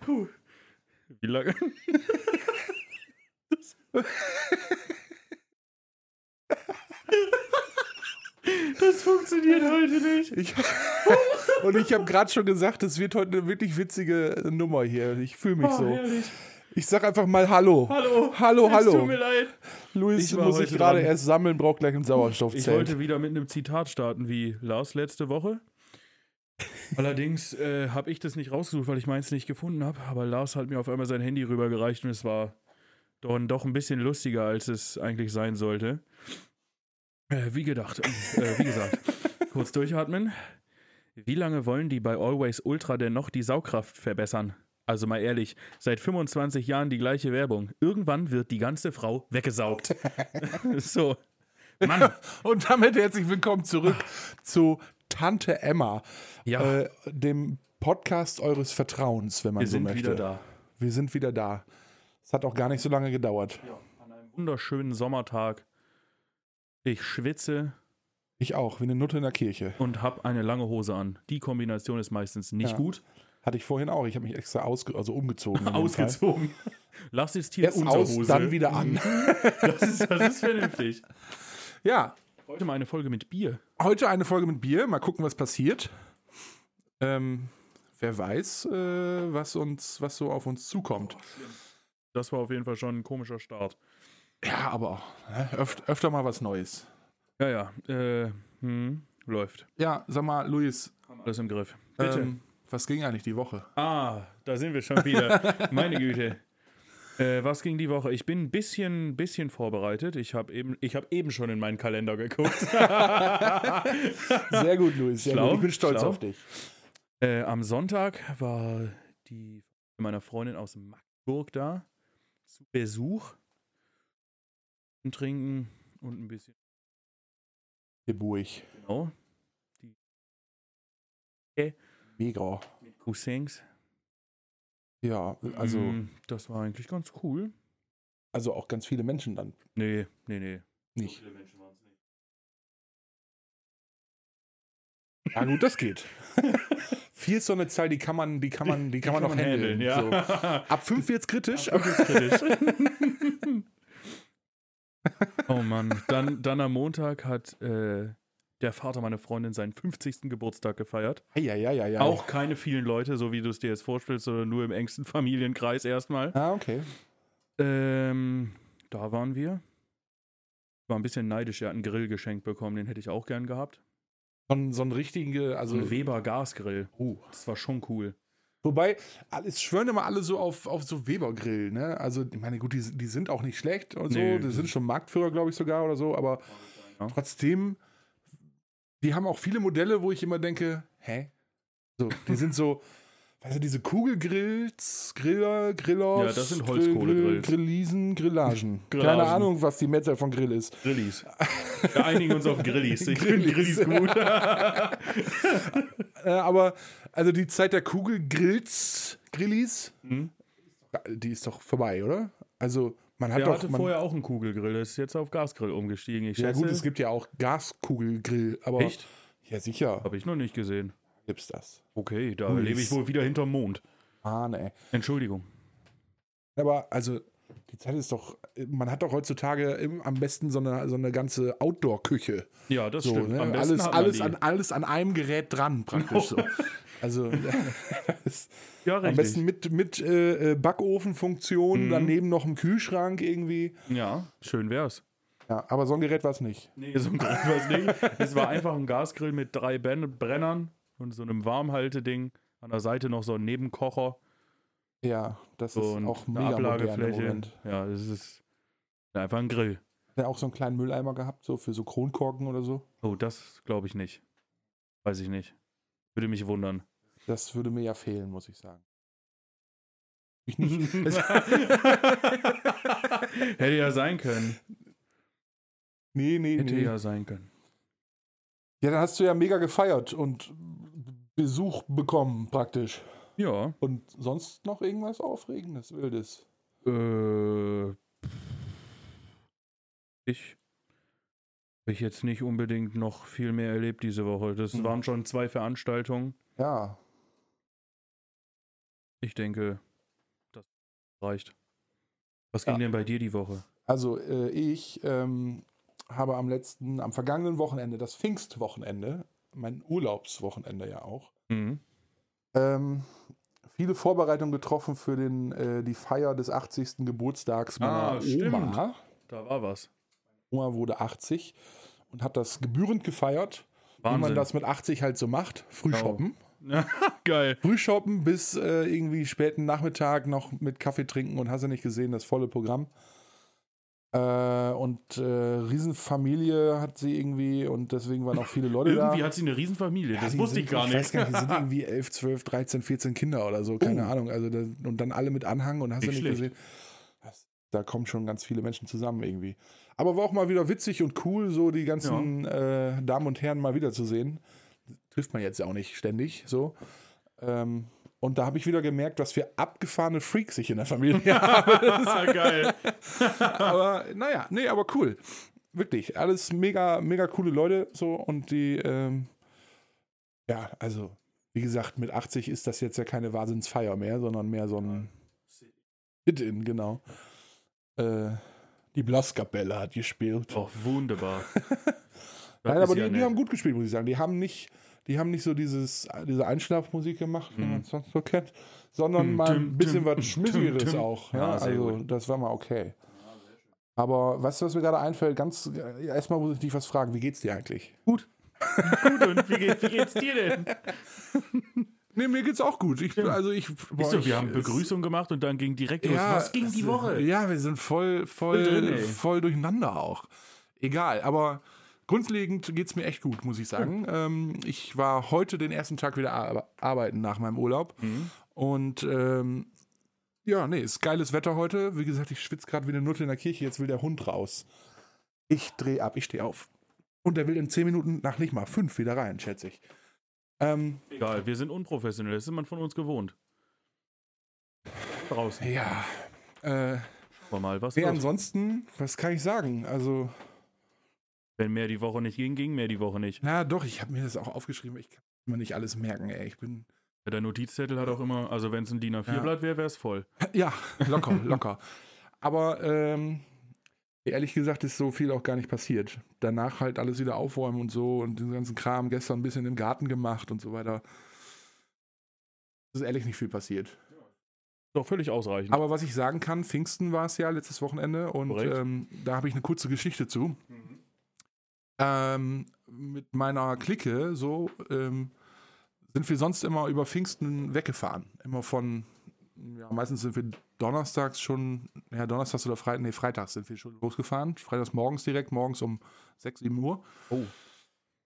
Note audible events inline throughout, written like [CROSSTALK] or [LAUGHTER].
Puh. Wie lange? Das funktioniert heute nicht. Ich, und ich habe gerade schon gesagt, es wird heute eine wirklich witzige äh, Nummer hier. Ich fühle mich Oh, so. herrlich. Ich sag einfach mal Hallo. Hallo. Hallo, es Tut mir hallo. leid. Luis Ich war muss sich heute gerade dran. erst sammeln, braucht gleich einen Ich Sauerstoffzelt. wollte wieder mit einem Zitat starten, wie Lars letzte Woche. Allerdings äh, habe ich das nicht rausgesucht, weil ich meins nicht gefunden habe. Aber Lars hat mir auf einmal sein Handy rübergereicht und es war doch, doch ein bisschen lustiger, als es eigentlich sein sollte. Äh, wie gedacht, äh, wie gesagt, kurz durchatmen. Wie lange wollen die bei Always Ultra denn noch die Saugkraft verbessern? Also mal ehrlich, seit 25 Jahren die gleiche Werbung. Irgendwann wird die ganze Frau weggesaugt. [LAUGHS] so. Mann. [LAUGHS] Und damit herzlich willkommen zurück zu Tante Emma, Ja, äh, dem Podcast eures Vertrauens, wenn man wir so sind möchte. wieder da. Wir sind wieder da. Es hat auch gar nicht so lange gedauert. An einem wunderschönen Sommertag. Ich schwitze Ich auch, wie eine Nutte in der Kirche. und habe eine lange Hose an. Die Kombination ist meistens nicht Ja. gut. Hatte ich vorhin auch. Ich habe mich extra ausge also umgezogen. in dem Fall. Ausgezogen. [LAUGHS] Lass es Tier Erst aus, Unterhose. Mhm. dann wieder an. Das ist, das ist vernünftig. Ja, Heute mal eine Folge mit Bier. heute eine Folge mit Bier. Mal gucken, was passiert. Ähm, wer weiß, äh, was, uns, was so auf uns zukommt. Das war auf jeden Fall schon ein komischer Start. Ja, aber ne, öf öfter mal was Neues. Ja, ja. Äh, hm, läuft. Ja, sag mal, Luis, Alles im Griff. Bitte. ähm, was ging eigentlich die Woche? Ah, da sind wir schon wieder. Meine Güte. [LAUGHS] Äh, was ging die Woche? Ich bin ein bisschen, bisschen vorbereitet. Ich habe eben, ich hab eben schon in meinen Kalender geguckt. [LAUGHS] [LAUGHS] Sehr gut, Luis. Schlau, schlau. dich. äh, am Sonntag war die Familie meiner Freundin aus Magdeburg da zu Besuch. Und Trinken und ein bisschen. Geburg. Genau. Mega. Mit Cousins. Ja, also, Mm, Das war eigentlich ganz cool. also auch ganz viele Menschen dann Nee, nee, nee. nicht. viele Menschen waren es nicht. Ja gut, das geht. [LAUGHS] Viel ist so eine Zahl, die kann man, die kann man, die kann man noch handeln. So. ja. Ab fünf wird's kritisch. aber- [LAUGHS] oh Mann. Dann, dann am Montag hat äh, der Vater meiner Freundin seinen 50. Geburtstag gefeiert. Ja, ja, ja, ja. Auch keine vielen Leute, so wie du es dir jetzt vorstellst, sondern nur im engsten [LAUGHS] Familienkreis erstmal. Ah, okay. Ähm, da waren wir. Ich war ein bisschen neidisch, er hat einen Grill geschenkt bekommen, den hätte ich auch gern gehabt. So ein, so ein richtige, So also. ein Weber Gasgrill. Uh. Das war schon cool. Wobei, alle- es schwören immer alle so auf, auf so Webergrill, ne? Also, ich meine, gut, die, die sind auch nicht schlecht und so. Nee. die sind schon Marktführer, glaube ich, sogar oder so, aber Ja. trotzdem, die haben auch viele Modelle, wo ich immer denke, hä? So, die sind so. [LAUGHS] Also diese Kugelgrills, Griller, Griller, Ja, das sind Holzkohlegrills. Grillisen, Grillagen. [LAUGHS] Grillagen. Keine Ahnung, was die Mehrzahl von Grill ist. Grillis. Wir einigen uns auf Grillis. [LAUGHS] Ich finde Grillis. Grillis gut. Äh, aber also die Zeit der Kugelgrills, Grillis, Hm? die ist doch vorbei, oder? Also man hat Der doch hatte man, vorher auch einen Kugelgrill, ist jetzt auf Gasgrill umgestiegen. Ich ja schätze, gut, es gibt ja auch Gaskugelgrill, aber Echt? ja sicher Habe ich noch nicht gesehen. gibt's das. Okay, da Ui. lebe ich wohl wieder hinterm Mond. Ah ne. Entschuldigung. Aber also die Zeit ist doch, man hat doch heutzutage im, am besten so eine, so eine ganze Outdoor-Küche. Ja, das So, stimmt. ne? Am besten alles, hat man alles, die. an, alles an einem Gerät dran, praktisch [LAUGHS] so. Also das, ja, am besten mit, mit äh, äh, Backofen-Funktion, Mhm. daneben noch im Kühlschrank irgendwie. Ja, schön wär's. Ja, aber so ein Gerät war es nicht. Nee, so ein Grill war's nicht. Es war einfach ein Gasgrill mit drei Ben- Brennern und so einem Warmhalteding. An der Seite noch so ein Nebenkocher Ja, das und ist auch eine mega modern im Ablagefläche. Moment. Ja, das ist einfach ein Grill. Hat er auch so einen kleinen Mülleimer gehabt, so für so Kronkorken oder so? Oh, das glaube ich nicht. Weiß ich nicht. Würde mich wundern. Das würde mir ja fehlen, muss ich sagen. Ich Mhm. nicht. Hätte ja sein können. Nee, nee, Hätte nee. ja sein können. Ja, dann hast du ja mega gefeiert und Besuch bekommen praktisch. Ja. Und sonst noch irgendwas Aufregendes, Wildes. Äh, ich Habe ich jetzt nicht unbedingt noch viel mehr erlebt diese Woche. Das Mhm. waren schon zwei Veranstaltungen. Ja. Ich denke, das reicht. Was ging Ja. denn bei dir die Woche? Also äh, ich ähm, habe am letzten, am vergangenen Wochenende, das Pfingstwochenende, mein Urlaubswochenende ja auch, Mhm. ähm, viele Vorbereitungen getroffen für den, äh, die Feier des 80. Geburtstags Ah, meiner stimmt. Oma. Da war was. Oma wurde 80 und hat das gebührend gefeiert, wie man Wahnsinn. das mit 80 halt so macht. Frühshoppen. Geil. Frühshoppen bis äh, irgendwie späten Nachmittag noch mit Kaffee trinken und hast du nicht gesehen, das volle Programm. Äh, und äh, Riesenfamilie hat sie irgendwie und deswegen waren auch viele Leute da. Irgendwie hat sie eine Riesenfamilie. Ja, das die wusste sind, ich gar Ich nicht. [LAUGHS] weiß gar nicht, die sind irgendwie 11, 12, 13, 14 Kinder oder so, keine Ahnung. Also da, und dann alle mit Anhang und hast du Oh. Nicht nicht gesehen. schlecht. Das, da kommen schon ganz viele Menschen zusammen irgendwie. Aber war auch mal wieder witzig und cool, so die ganzen äh, Damen und Herren mal wiederzusehen. Trifft man jetzt ja auch nicht ständig so. Ähm, und da habe ich wieder gemerkt, was für abgefahrene Freaks ich in [LAUGHS] der Familie habe. Geil. aber naja, nee, aber cool. Wirklich, alles mega, mega coole Leute so und die, ähm, ja, also, wie gesagt, mit 80 ist das jetzt ja keine Wahnsinnsfeier mehr, sondern mehr so ein Sit-In, genau. Äh, die Blaskapelle hat gespielt. Doch, Oh, wunderbar. Das Nein, ist aber die, ja die nett. haben gut gespielt, muss ich sagen. Die haben nicht, die haben nicht so dieses, diese Einschlafmusik gemacht, wie Mhm. man es sonst so kennt, sondern Dim, mal ein dim, dim, bisschen dim, was Schmissigeres dim. auch. Ja, Ja, sehr also gut. das war mal okay. Aber weißt du, was mir gerade einfällt? Ganz äh, erstmal muss ich dich was fragen. Wie geht's dir eigentlich? gut. gut, und wie, geht, wie geht's dir denn? [LAUGHS] Nee, mir geht's auch gut. Ich, also ich, Siehst du, wir haben Begrüßung gemacht und dann ging direkt los. Was ging die es- Woche? Ja, wir sind voll, voll, Voll voll, drin, ey. durcheinander auch. Egal, aber grundlegend geht es mir echt gut, muss ich Hm. sagen. Ähm, ich war heute den ersten Tag wieder ar arbeiten nach meinem Urlaub. Hm. Und ähm, ja, nee, ist geiles Wetter heute. Wie gesagt, ich schwitze gerade wie eine Nutte in der Kirche. Jetzt will der Hund raus. Ich drehe ab, ich stehe auf. Und der will in zehn Minuten nach nicht mal fünf wieder rein, schätze ich. Ähm, Egal, wir sind unprofessionell. Das ist man von uns gewohnt. Draußen. ja. Äh, Mal, mal was nee, los. ansonsten, was kann ich sagen? Also, Wenn mehr die Woche nicht ging, ging mehr die Woche nicht. Na doch, ich habe mir das auch aufgeschrieben. Ich kann mir nicht alles merken, ey. Ich bin. [LAUGHS] Ja, Der Notizzettel hat auch immer, also wenn es ein DIN Ja. A4-Blatt wäre, wäre es voll. Ja, locker, locker. Aber ähm, ehrlich gesagt ist so viel auch gar nicht passiert. Danach halt alles wieder aufräumen und so und den ganzen Kram gestern ein bisschen im Garten gemacht und so weiter. Es ist ehrlich nicht viel passiert. Doch völlig ausreichend. Aber was ich sagen kann, Pfingsten war es ja letztes Wochenende und Korrekt. Mhm. ähm, da habe ich eine kurze Geschichte zu. Ähm, mit meiner Clique so ähm, sind wir sonst immer über Pfingsten weggefahren. Immer von, ja, meistens sind wir donnerstags schon, ja, donnerstags oder Freitag, nee, freitags sind wir schon losgefahren. Freitags morgens direkt, morgens um 6, 7 Uhr. Oh.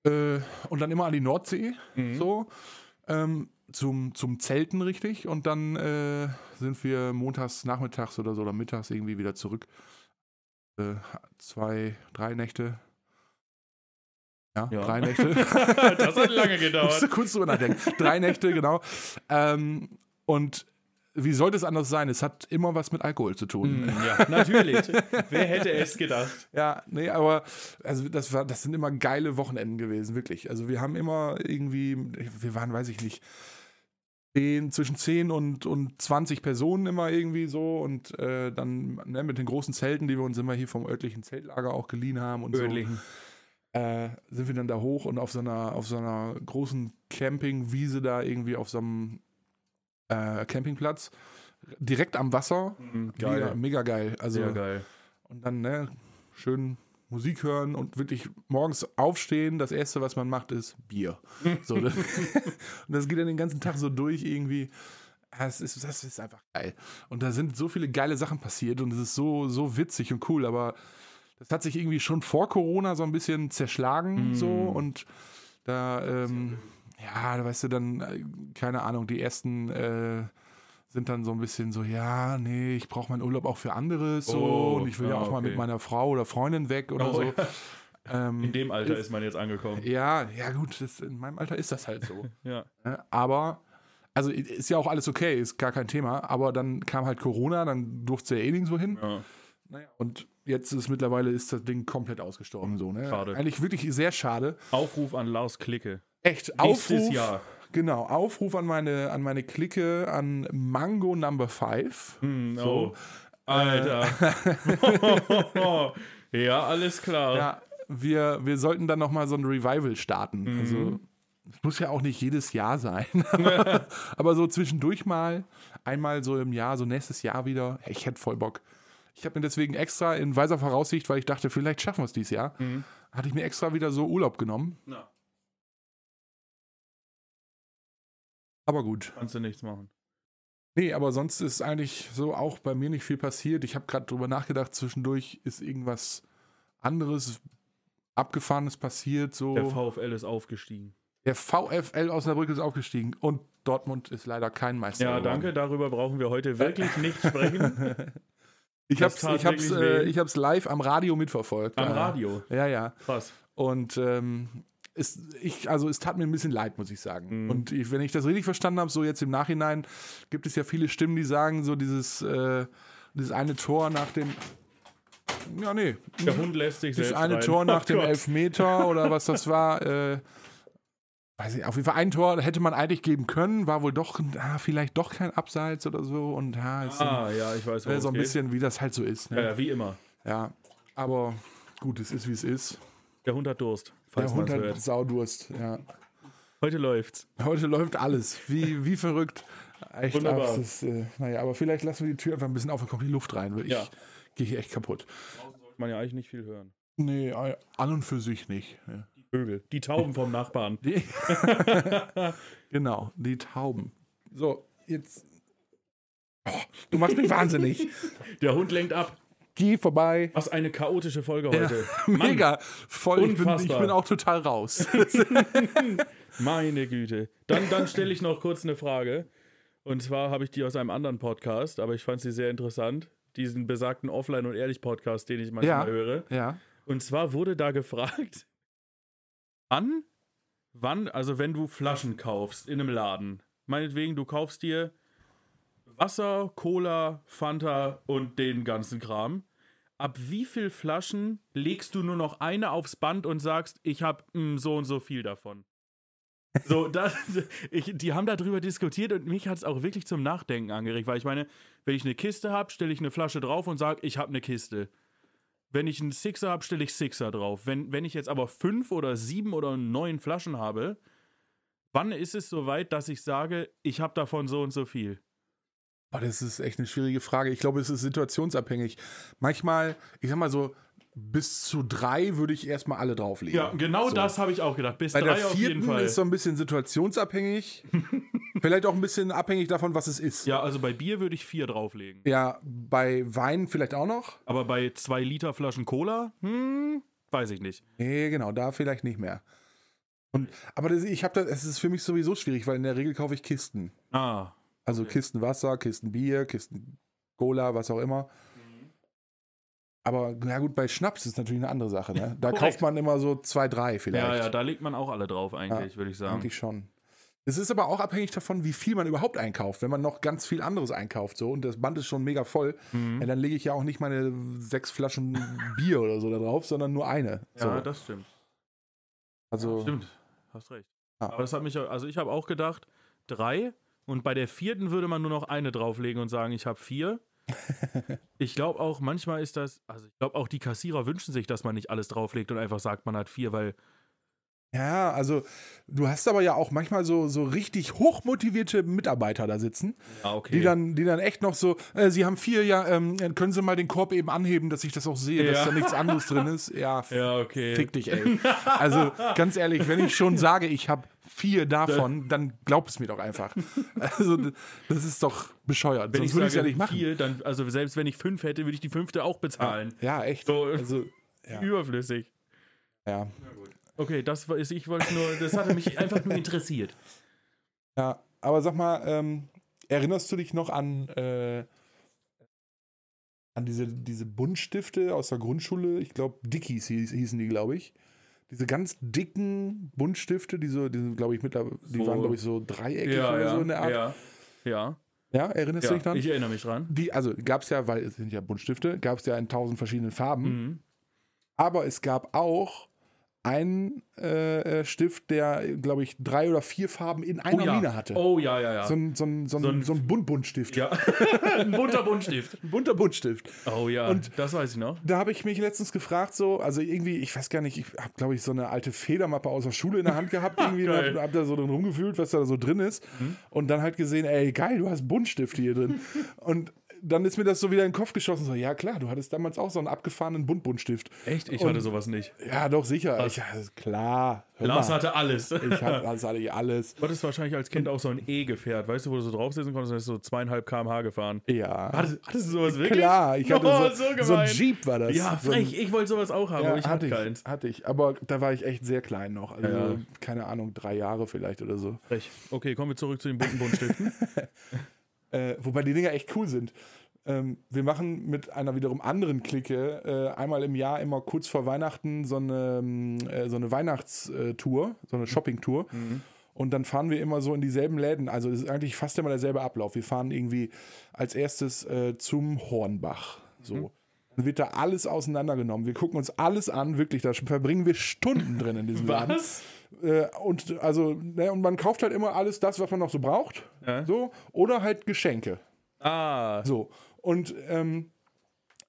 Äh, und dann immer an die Nordsee, Mhm. so, ähm, zum, zum Zelten richtig. Und dann äh, sind wir montags, nachmittags oder so oder mittags irgendwie wieder zurück. Äh, zwei, drei Nächte. Ja, Ja. drei Nächte. [LAUGHS] das hat lange [LAUGHS] Musst [LAUGHS] du gedauert. kurz drüber nachdenken. drei Nächte, genau. Ähm, und wie sollte es anders sein? Es hat immer was mit Alkohol zu Hm, tun. ja, natürlich. Wer hätte es [LAUGHS] gedacht? Ja, nee, aber also das war, das sind immer geile Wochenenden gewesen, wirklich. Also wir haben immer irgendwie, wir waren, weiß ich nicht, 10, zwischen 10 und, und 20 Personen immer irgendwie so und äh, dann ne, mit den großen Zelten, die wir uns immer hier vom örtlichen Zeltlager auch geliehen haben und Bödling. so, äh, sind wir dann da hoch und auf so einer, auf so einer großen Campingwiese da irgendwie auf so einem äh, Campingplatz, direkt am Wasser. Mega, Mhm, Geil. mega geil. Also Sehr geil. und dann, ne, schön Musik hören und wirklich morgens aufstehen. Das erste, was man macht, ist [LAUGHS] Bier. So, das, [LAUGHS] und das geht dann den ganzen Tag so durch irgendwie. Ah, Es ist, das ist einfach geil. Und da sind so viele geile Sachen passiert und es ist so, so witzig und cool, aber das hat sich irgendwie schon vor Corona so ein bisschen zerschlagen Mm. so und da, ähm, ja, da weißt du dann, äh, keine Ahnung, die ersten äh, sind dann so ein bisschen so, ja, nee, ich brauche meinen Urlaub auch für anderes so Oh, und ich will ja ah, auch mal okay. mit meiner Frau oder Freundin weg oder Oh, so. ja. In Ähm, dem Alter ist man jetzt angekommen. ja, ja gut, das, in meinem Alter ist das halt so. Ja. Ne? Aber, also ist ja auch alles okay, ist gar kein Thema. Aber dann kam halt Corona, dann durfte ja eh nirgendwo hin. ja. Naja, und jetzt ist mittlerweile ist das Ding komplett ausgestorben. So, ne? Schade. Eigentlich wirklich sehr schade. Aufruf an Lars Klicke. Echt, Nächstes Aufruf. Jahr. Genau, Aufruf an meine, an meine Clique, an Mango Number 5. Hm, So. oh. Alter. [LAUGHS] ja, alles klar. Äh. Ja, wir, wir sollten dann nochmal so ein Revival starten. Also, es muss ja auch nicht jedes Jahr sein. Aber so zwischendurch mal, einmal so im Jahr, so nächstes Jahr wieder. Ich hätte voll Bock. Ich habe mir deswegen extra in weiser Voraussicht, weil ich dachte, vielleicht schaffen wir es dieses Jahr, Mhm. hatte ich mir extra wieder so Urlaub genommen. Na, Aber gut. kannst du nichts machen. Nee, aber sonst ist eigentlich so auch bei mir nicht viel passiert. Ich habe gerade drüber nachgedacht, zwischendurch ist irgendwas anderes, abgefahrenes passiert. So. Der VfL ist aufgestiegen. Der VfL Osnabrück ist aufgestiegen und Dortmund ist leider kein Meister. Ja, geworden. danke. Darüber brauchen wir heute [LAUGHS] wirklich nicht sprechen. Ich Das hab's, tat ich hab's, wirklich äh, weh. ich hab's live am Radio mitverfolgt. Am ja. Radio. Ja, ja. Krass. Und ähm, es, ich, also es tat mir ein bisschen leid, muss ich sagen. Mhm. Und ich, wenn ich das richtig verstanden habe, so jetzt im Nachhinein gibt es ja viele Stimmen, die sagen, so dieses, äh, dieses eine Tor nach dem. Ja, nee. Der Hund lässt sich Das selbst eine rein. Tor nach [LAUGHS] Oh dem Gott. Elfmeter oder was das war. Äh, weiß ich, auf jeden Fall ein Tor hätte man eigentlich geben können, war wohl doch, ah, vielleicht doch kein Abseits oder so. Und ja, ist Ah, ja, ich weiß, so, worum äh, so ein es geht. bisschen, wie das halt so ist. Ja, Ne? ja, wie immer. Ja. aber gut, es ist wie es ist. Der Hund hat Durst. Der Falls Hund man's hat hört. Saudurst. Ja. Heute läuft's. Heute läuft alles. Wie, wie verrückt. Echt, Wunderbar. aber es ist, äh, naja, aber vielleicht lassen wir die Tür einfach ein bisschen auf und kommt die Luft rein, weil Ja. ich gehe hier echt kaputt. Man ja eigentlich nicht viel hören. Nee, an und für sich nicht. Ja. Die Vögel. Die Tauben vom Nachbarn. Die genau, die Tauben. So, jetzt. Oh, du machst mich wahnsinnig. Der Hund lenkt ab. [LAUGHS] Geh vorbei. Was eine chaotische Folge [LAUGHS] heute. Mann, Mega. Voll, ich bin, ich Unfassbar. bin auch total [LAUGHS] raus. Meine Güte. Dann, dann stelle ich noch kurz eine Frage. Und zwar habe ich die aus einem anderen Podcast, aber ich fand sie sehr interessant. Diesen besagten Offline- und Ehrlich-Podcast, den ich manchmal Ja. höre. ja. Und zwar wurde da gefragt, an, wann, also wenn du Flaschen kaufst in einem Laden, meinetwegen, du kaufst dir Wasser, Cola, Fanta und den ganzen Kram. Ab wie viel Flaschen legst du nur noch eine aufs Band und sagst, ich habe so und so viel davon? So, [LAUGHS] das, ich, die haben darüber diskutiert und mich hat es auch wirklich zum Nachdenken angeregt, weil ich meine, wenn ich eine Kiste habe, stelle ich eine Flasche drauf und sage, ich habe eine Kiste. Wenn ich einen Sixer habe, stelle ich Sixer drauf. Wenn, wenn ich jetzt aber fünf oder sieben oder neun Flaschen habe, wann ist es soweit, dass ich sage, ich habe davon so und so viel? Boah, das ist echt eine schwierige Frage. Ich glaube, es ist situationsabhängig. Manchmal, ich sag mal so, bis zu drei würde ich erstmal alle drauflegen. Ja, genau so. das habe ich auch gedacht. Bis Bei der drei auf jeden vierten Fall. ist so ein [LAUGHS] bisschen situationsabhängig. Vielleicht auch ein bisschen abhängig davon, was es ist. ja, also bei Bier würde ich vier drauflegen. ja bei Wein vielleicht auch noch. Aber bei zwei Liter Flaschen Cola, hm, weiß ich nicht. Nee, genau, da vielleicht nicht mehr. Und, aber das, ich habe das, es ist für mich sowieso schwierig, weil in der Regel kaufe ich Kisten. Ah, Also Kisten Wasser, Kisten Bier, Kisten Cola, was auch immer. Mhm. Aber na gut, bei Schnaps ist natürlich eine andere Sache. Ne? Da kauft [LAUGHS] Korrekt. man immer so zwei, drei vielleicht. ja, ja, da legt man auch alle drauf eigentlich, würde ich sagen. Eigentlich schon. Es ist aber auch abhängig davon, wie viel man überhaupt einkauft. Wenn man noch ganz viel anderes einkauft so und das Band ist schon mega voll, Mhm. ja, dann lege ich ja auch nicht meine sechs Flaschen [LAUGHS] Bier oder so da drauf, sondern nur eine. Ja, so. das stimmt. also, Stimmt, hast recht. Ja. Aber das hat mich, auch- also ich habe auch gedacht, drei und bei der vierten würde man nur noch eine drauflegen und sagen, ich habe [LAUGHS] vier. ich glaube auch, manchmal ist das, also ich glaube auch die Kassierer wünschen sich, dass man nicht alles drauflegt und einfach sagt, man hat vier, weil Ja, also du hast aber ja auch manchmal so, so richtig hochmotivierte Mitarbeiter da sitzen, ah, okay. die, dann, die dann echt noch so, äh, sie haben vier, ja, ähm, können sie mal den Korb eben anheben, dass ich das auch sehe, dass Ja. da nichts anderes drin ist. [LAUGHS] Ja, f- ja, okay. fick dich, ey. Also ganz ehrlich, wenn ich schon sage, ich habe vier davon, dann glaub es mir doch einfach. Also d- das ist doch bescheuert, wenn sonst ich sage würde ich es ja nicht machen. vier, dann, also selbst wenn ich fünf hätte, würde ich die fünfte auch bezahlen. Ah, Ja, echt. So, [LAUGHS] Also, ja. überflüssig. ja. Okay, das war, ist, ich wollte nur, das hatte mich einfach nur [LAUGHS] interessiert. Ja, aber sag mal, ähm, erinnerst du dich noch an, äh, an diese, diese Buntstifte aus der Grundschule? Ich glaube, Dickies hieß, hießen die, glaube ich. Diese ganz dicken Buntstifte, die, so, die sind, glaube ich, mittlerweile, die So. waren, glaube ich, so dreieckig oder so in der Art. ja. Ja. Ja, erinnerst du dich Ja, dran? ich erinnere mich dran. Die, also gab es ja, weil es sind ja Buntstifte, gab es ja in tausend verschiedenen Farben. Mhm. Aber es gab auch einen äh, äh, Stift, der, glaube ich, drei oder vier Farben in einer Oh ja. Mine hatte. Oh ja, ja, ja. So ein, so ein, so ein, So ein- so ein Bunt-Buntstift. ja. [LAUGHS] ein bunter Buntstift. Ein bunter Buntstift. Oh ja, und das weiß ich noch. Da habe ich mich letztens gefragt, so, also irgendwie, ich weiß gar nicht, ich habe, glaube ich, so eine alte Federmappe aus der Schule in der [LAUGHS] Hand gehabt, irgendwie, und Geil. Hm? hab, hab da so drin rumgefühlt, was da so drin ist. Und dann halt gesehen, ey, geil, du hast Buntstifte [LAUGHS] hier drin. und dann ist mir das so wieder in den Kopf geschossen, so, ja klar, du hattest damals auch so einen abgefahrenen Buntbuntstift. Echt? Ich Und- hatte sowas nicht. Ja, doch, sicher. Ich, ja, klar. hör Lars mal. hatte alles. [LAUGHS] Ich hatte das hatte ich alles. Du hattest wahrscheinlich als Kind auch so ein E-Gefährt, weißt du, wo du so draufsitzen konntest und bist so zweieinhalb km/h gefahren. Ja. Hattest, hattest du sowas wirklich? Klar, ich hatte Oh, so, so, ein gemein. Jeep war das. Ja, so ein- frech, ich wollte sowas auch haben, Ja, aber ich hatte, ich, keins. hatte ich. Aber da war ich echt sehr klein noch. Also, Ja. keine Ahnung, drei Jahre vielleicht oder so. Frech. Okay, kommen wir zurück zu den bunten Buntstiften. [LAUGHS] Äh, wobei die Dinger echt cool sind. Ähm, wir machen mit einer wiederum anderen Clique äh, einmal im Jahr immer kurz vor Weihnachten so eine, ähm, äh, so eine Weihnachtstour, so eine Shoppingtour. Und dann fahren wir immer so in dieselben Läden. Also es ist eigentlich fast immer derselbe Ablauf. Wir fahren irgendwie als erstes äh, zum Hornbach. So. Dann wird da alles auseinandergenommen. Wir gucken uns alles an, wirklich. Da verbringen wir Stunden drin in diesem Laden. Was? Äh, und also ne, und man kauft halt immer alles das, was man noch so braucht, Ja. so oder halt Geschenke, Ah, so und ähm,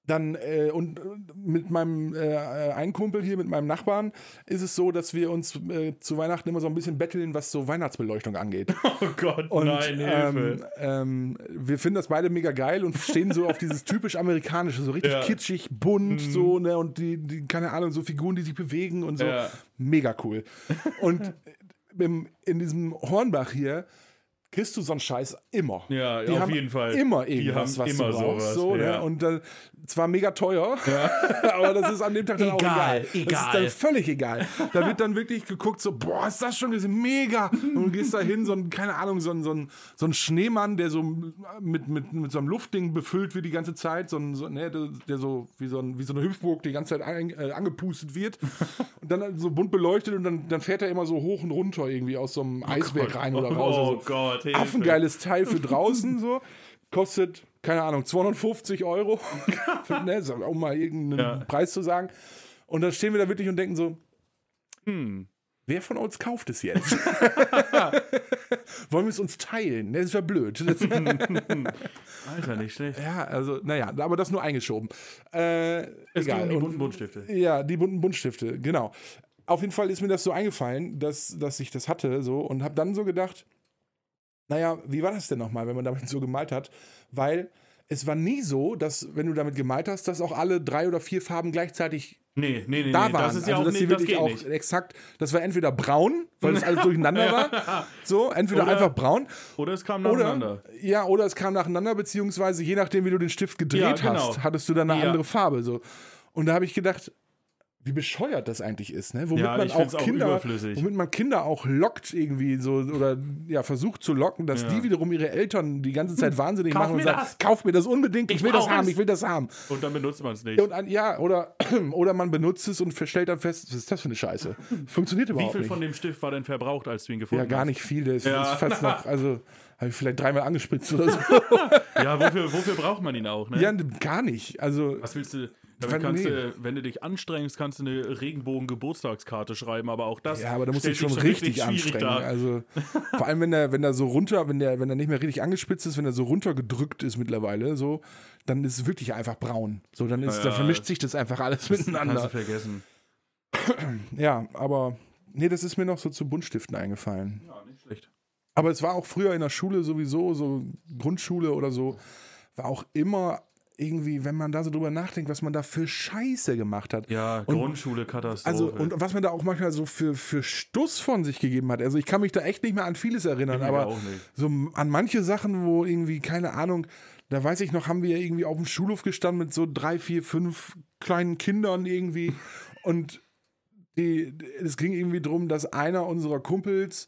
dann äh, und äh, mit meinem äh, einen Kumpel hier mit meinem Nachbarn ist es so, dass wir uns äh, zu Weihnachten immer so ein bisschen betteln, was so Weihnachtsbeleuchtung angeht. [LAUGHS] oh Gott, Und, nein, Hilfe. Ähm, ähm, wir finden das beide mega geil und stehen so auf dieses typisch amerikanische, so richtig Ja. Mhm. kitschig, bunt, so, ne, und die, die, keine Ahnung, so Figuren, die sich bewegen und so. Ja. Mega [LAUGHS] cool. Und äh, im, in diesem Hornbach hier kriegst du so einen Scheiß immer. Ja, die auf haben jeden Fall. Immer Die irgendwas, haben was immer du brauchst. sowas, so, ja. ne? Und dann zwar mega teuer, [LAUGHS] aber das ist an dem Tag dann auch Egal, egal. Das ist egal. dann völlig egal. Da wird dann wirklich geguckt, so, boah, ist das schon gesehen? Mega! Und du gehst da hin, so ein, keine Ahnung, so ein, so ein, so ein Schneemann, der so mit, mit, mit so einem Luftding befüllt wird die ganze Zeit, so ein, so, ne, der, der so, wie so, ein, wie so eine Hüpfburg die ganze Zeit ein, äh, angepustet wird. Und dann so bunt beleuchtet und dann, dann fährt er immer so hoch und runter irgendwie aus so einem Eisberg rein oder raus. Oh Also so Gott, Hilfe. affengeiles Teil für draußen so. Kostet, keine Ahnung, 250 Euro. [LAUGHS] ne, so, um mal irgendeinen Ja. Preis zu sagen. Und dann stehen wir da wirklich und denken so, hm, Hm. wer von uns kauft es jetzt? [LAUGHS] Wollen wir es uns teilen? Ne, Das wäre blöd. Das, Alter, nicht schlecht. ja, also, naja, aber das nur eingeschoben. Äh, Es ging egal. um die Und- bunten Buntstifte. ja, die bunten Buntstifte, genau. Auf jeden Fall ist mir das so eingefallen, dass, dass ich das hatte so und habe dann so gedacht, naja, wie war das denn nochmal, wenn man [LAUGHS] damit so gemalt hat? Weil es war nie so, dass, wenn du damit gemalt hast, dass auch alle drei oder vier Farben gleichzeitig Nee, nee, nee, da nee. waren. das ist ja also, auch dass die nicht, das wirklich geht auch nicht. exakt, das war entweder braun, weil [LAUGHS] es alles durcheinander war, so, entweder Oder- einfach braun Oder es kam oder, nacheinander. ja, oder es kam nacheinander, beziehungsweise je nachdem, wie du den Stift gedreht Ja, genau. hast, hattest du dann eine Ja. andere Farbe. So. Und da habe ich gedacht, wie bescheuert das eigentlich ist, ne? Womit Ja, man ich find's auch auch Kinder, überflüssig. womit man Kinder auch lockt irgendwie so oder ja versucht zu locken, dass die wiederum ihre Eltern die ganze Zeit wahnsinnig Hm. Kauf machen und mir sagen, das. kauf mir das unbedingt, ich, will das brauch haben, es. ich will das haben. Und dann benutzt man es nicht. Ja, Und an, ja oder [CLEARS THROAT] oder man benutzt es und stellt dann fest, was ist das für eine Scheiße? Funktioniert Wie überhaupt viel nicht. von dem Stift war denn verbraucht, als du ihn gefunden hast? ja, gar nicht viel, der ist, Ja. ist fast noch, also habe ich vielleicht dreimal angespritzt oder so. Ja, wofür, wofür braucht man ihn auch? Ne? Ja, n- gar nicht. Also, Was willst du? fand- Damit kannst nee. du, wenn du dich anstrengst, kannst du eine Regenbogen-Geburtstagskarte schreiben, aber auch das. ja, aber da musst du stellt dich schon sich richtig wirklich schwierig anstrengen. dar. [LAUGHS] Also, vor allem, wenn der, wenn der so runter, wenn der, wenn der nicht mehr richtig angespitzt ist, wenn der so runtergedrückt ist mittlerweile, so, dann ist es wirklich einfach braun. So, dann ist, dann ja. vermischt sich das einfach alles Kannst du miteinander. vergessen. Ja, aber, nee, das ist mir noch so zu Buntstiften eingefallen. Ja, nicht schlecht. Aber es war auch früher in der Schule sowieso, so Grundschule oder so, war auch immer irgendwie, wenn man da so drüber nachdenkt, was man da für Scheiße gemacht hat. Ja, Und- Grundschule, Katastrophe. Also, und was man da auch manchmal so für, für Stuss von sich gegeben hat. Also, ich kann mich da echt nicht mehr an vieles erinnern, mir aber auch nicht. so m- an manche Sachen, wo irgendwie, keine Ahnung, da weiß ich noch, haben wir irgendwie auf dem Schulhof gestanden mit so drei, vier, fünf kleinen Kindern irgendwie. und die, es ging irgendwie drum, dass einer unserer Kumpels äh,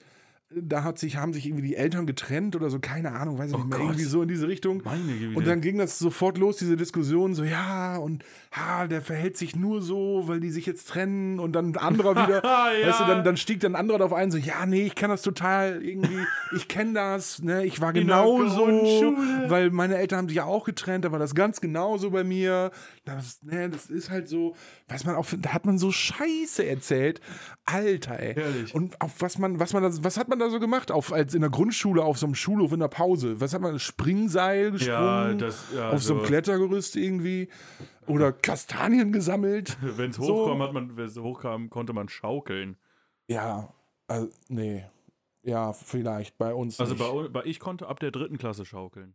da hat sich, haben sich irgendwie die Eltern getrennt oder so, keine Ahnung, weiß ich Oh nicht mehr, Gott. irgendwie so in diese Richtung. Meine Güte. Und dann ging das sofort los, diese Diskussion, so ja, und ha, der verhält sich nur so, weil die sich jetzt trennen und dann ein anderer wieder, Ja. weißt du, dann, dann stieg dann ein anderer darauf ein, so ja, nee, ich kann das total irgendwie, ich kenne das, ne, ich war der genauso, Grundschule. weil meine Eltern haben sich ja auch getrennt, da war das ganz genauso bei mir, das, ne, das ist halt so, weiß man auch, da hat man so Scheiße erzählt, Alter, ey. Herrlich. Und auf was man, was man da, was hat man da so gemacht, auf, als in der Grundschule, auf so einem Schulhof in der Pause, was hat man, Springseil Ja, gesprungen, das- ja, also, auf so einem so. Klettergerüst irgendwie oder Kastanien gesammelt. Wenn es So. hochkam, hat man, wenn's hochkam, konnte man schaukeln. Ja, also, nee. Ja, vielleicht bei uns. Also nicht. bei, u- bei ich konnte ab der dritten Klasse schaukeln.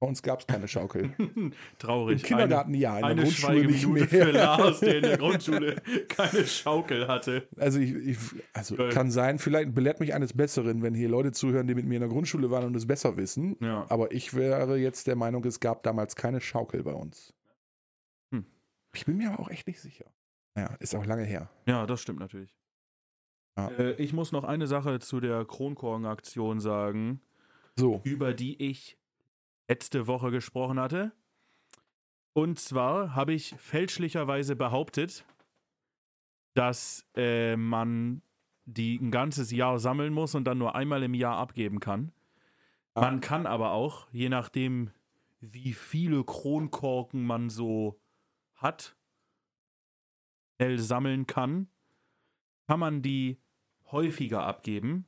bei uns gab es keine [LAUGHS] Schaukel. Im Traurig. Kindergarten ja, eine, in der eine Grundschule nicht Schweigeminute mehr. für Lars, der in [LAUGHS] der Grundschule [LAUGHS] keine Schaukel hatte. Also, ich, ich, also Geil. kann sein, vielleicht belehrt mich eines Besseren, wenn hier Leute zuhören, die mit mir in der Grundschule waren und es besser wissen. Ja. Aber ich wäre jetzt der Meinung, es gab damals keine Schaukel bei uns. Hm. Ich bin mir aber auch echt nicht sicher. Ja, ist auch lange her. Ja, das stimmt natürlich. Ja. Äh, ich muss noch eine Sache zu der Kronkorken-Aktion sagen, So, über die ich letzte Woche gesprochen hatte. Und zwar habe ich fälschlicherweise behauptet, dass äh, man die ein ganzes Jahr sammeln muss und dann nur einmal im Jahr abgeben kann. Ah. Man kann aber auch, je nachdem, wie viele Kronkorken man so hat, schnell sammeln kann, kann man die häufiger abgeben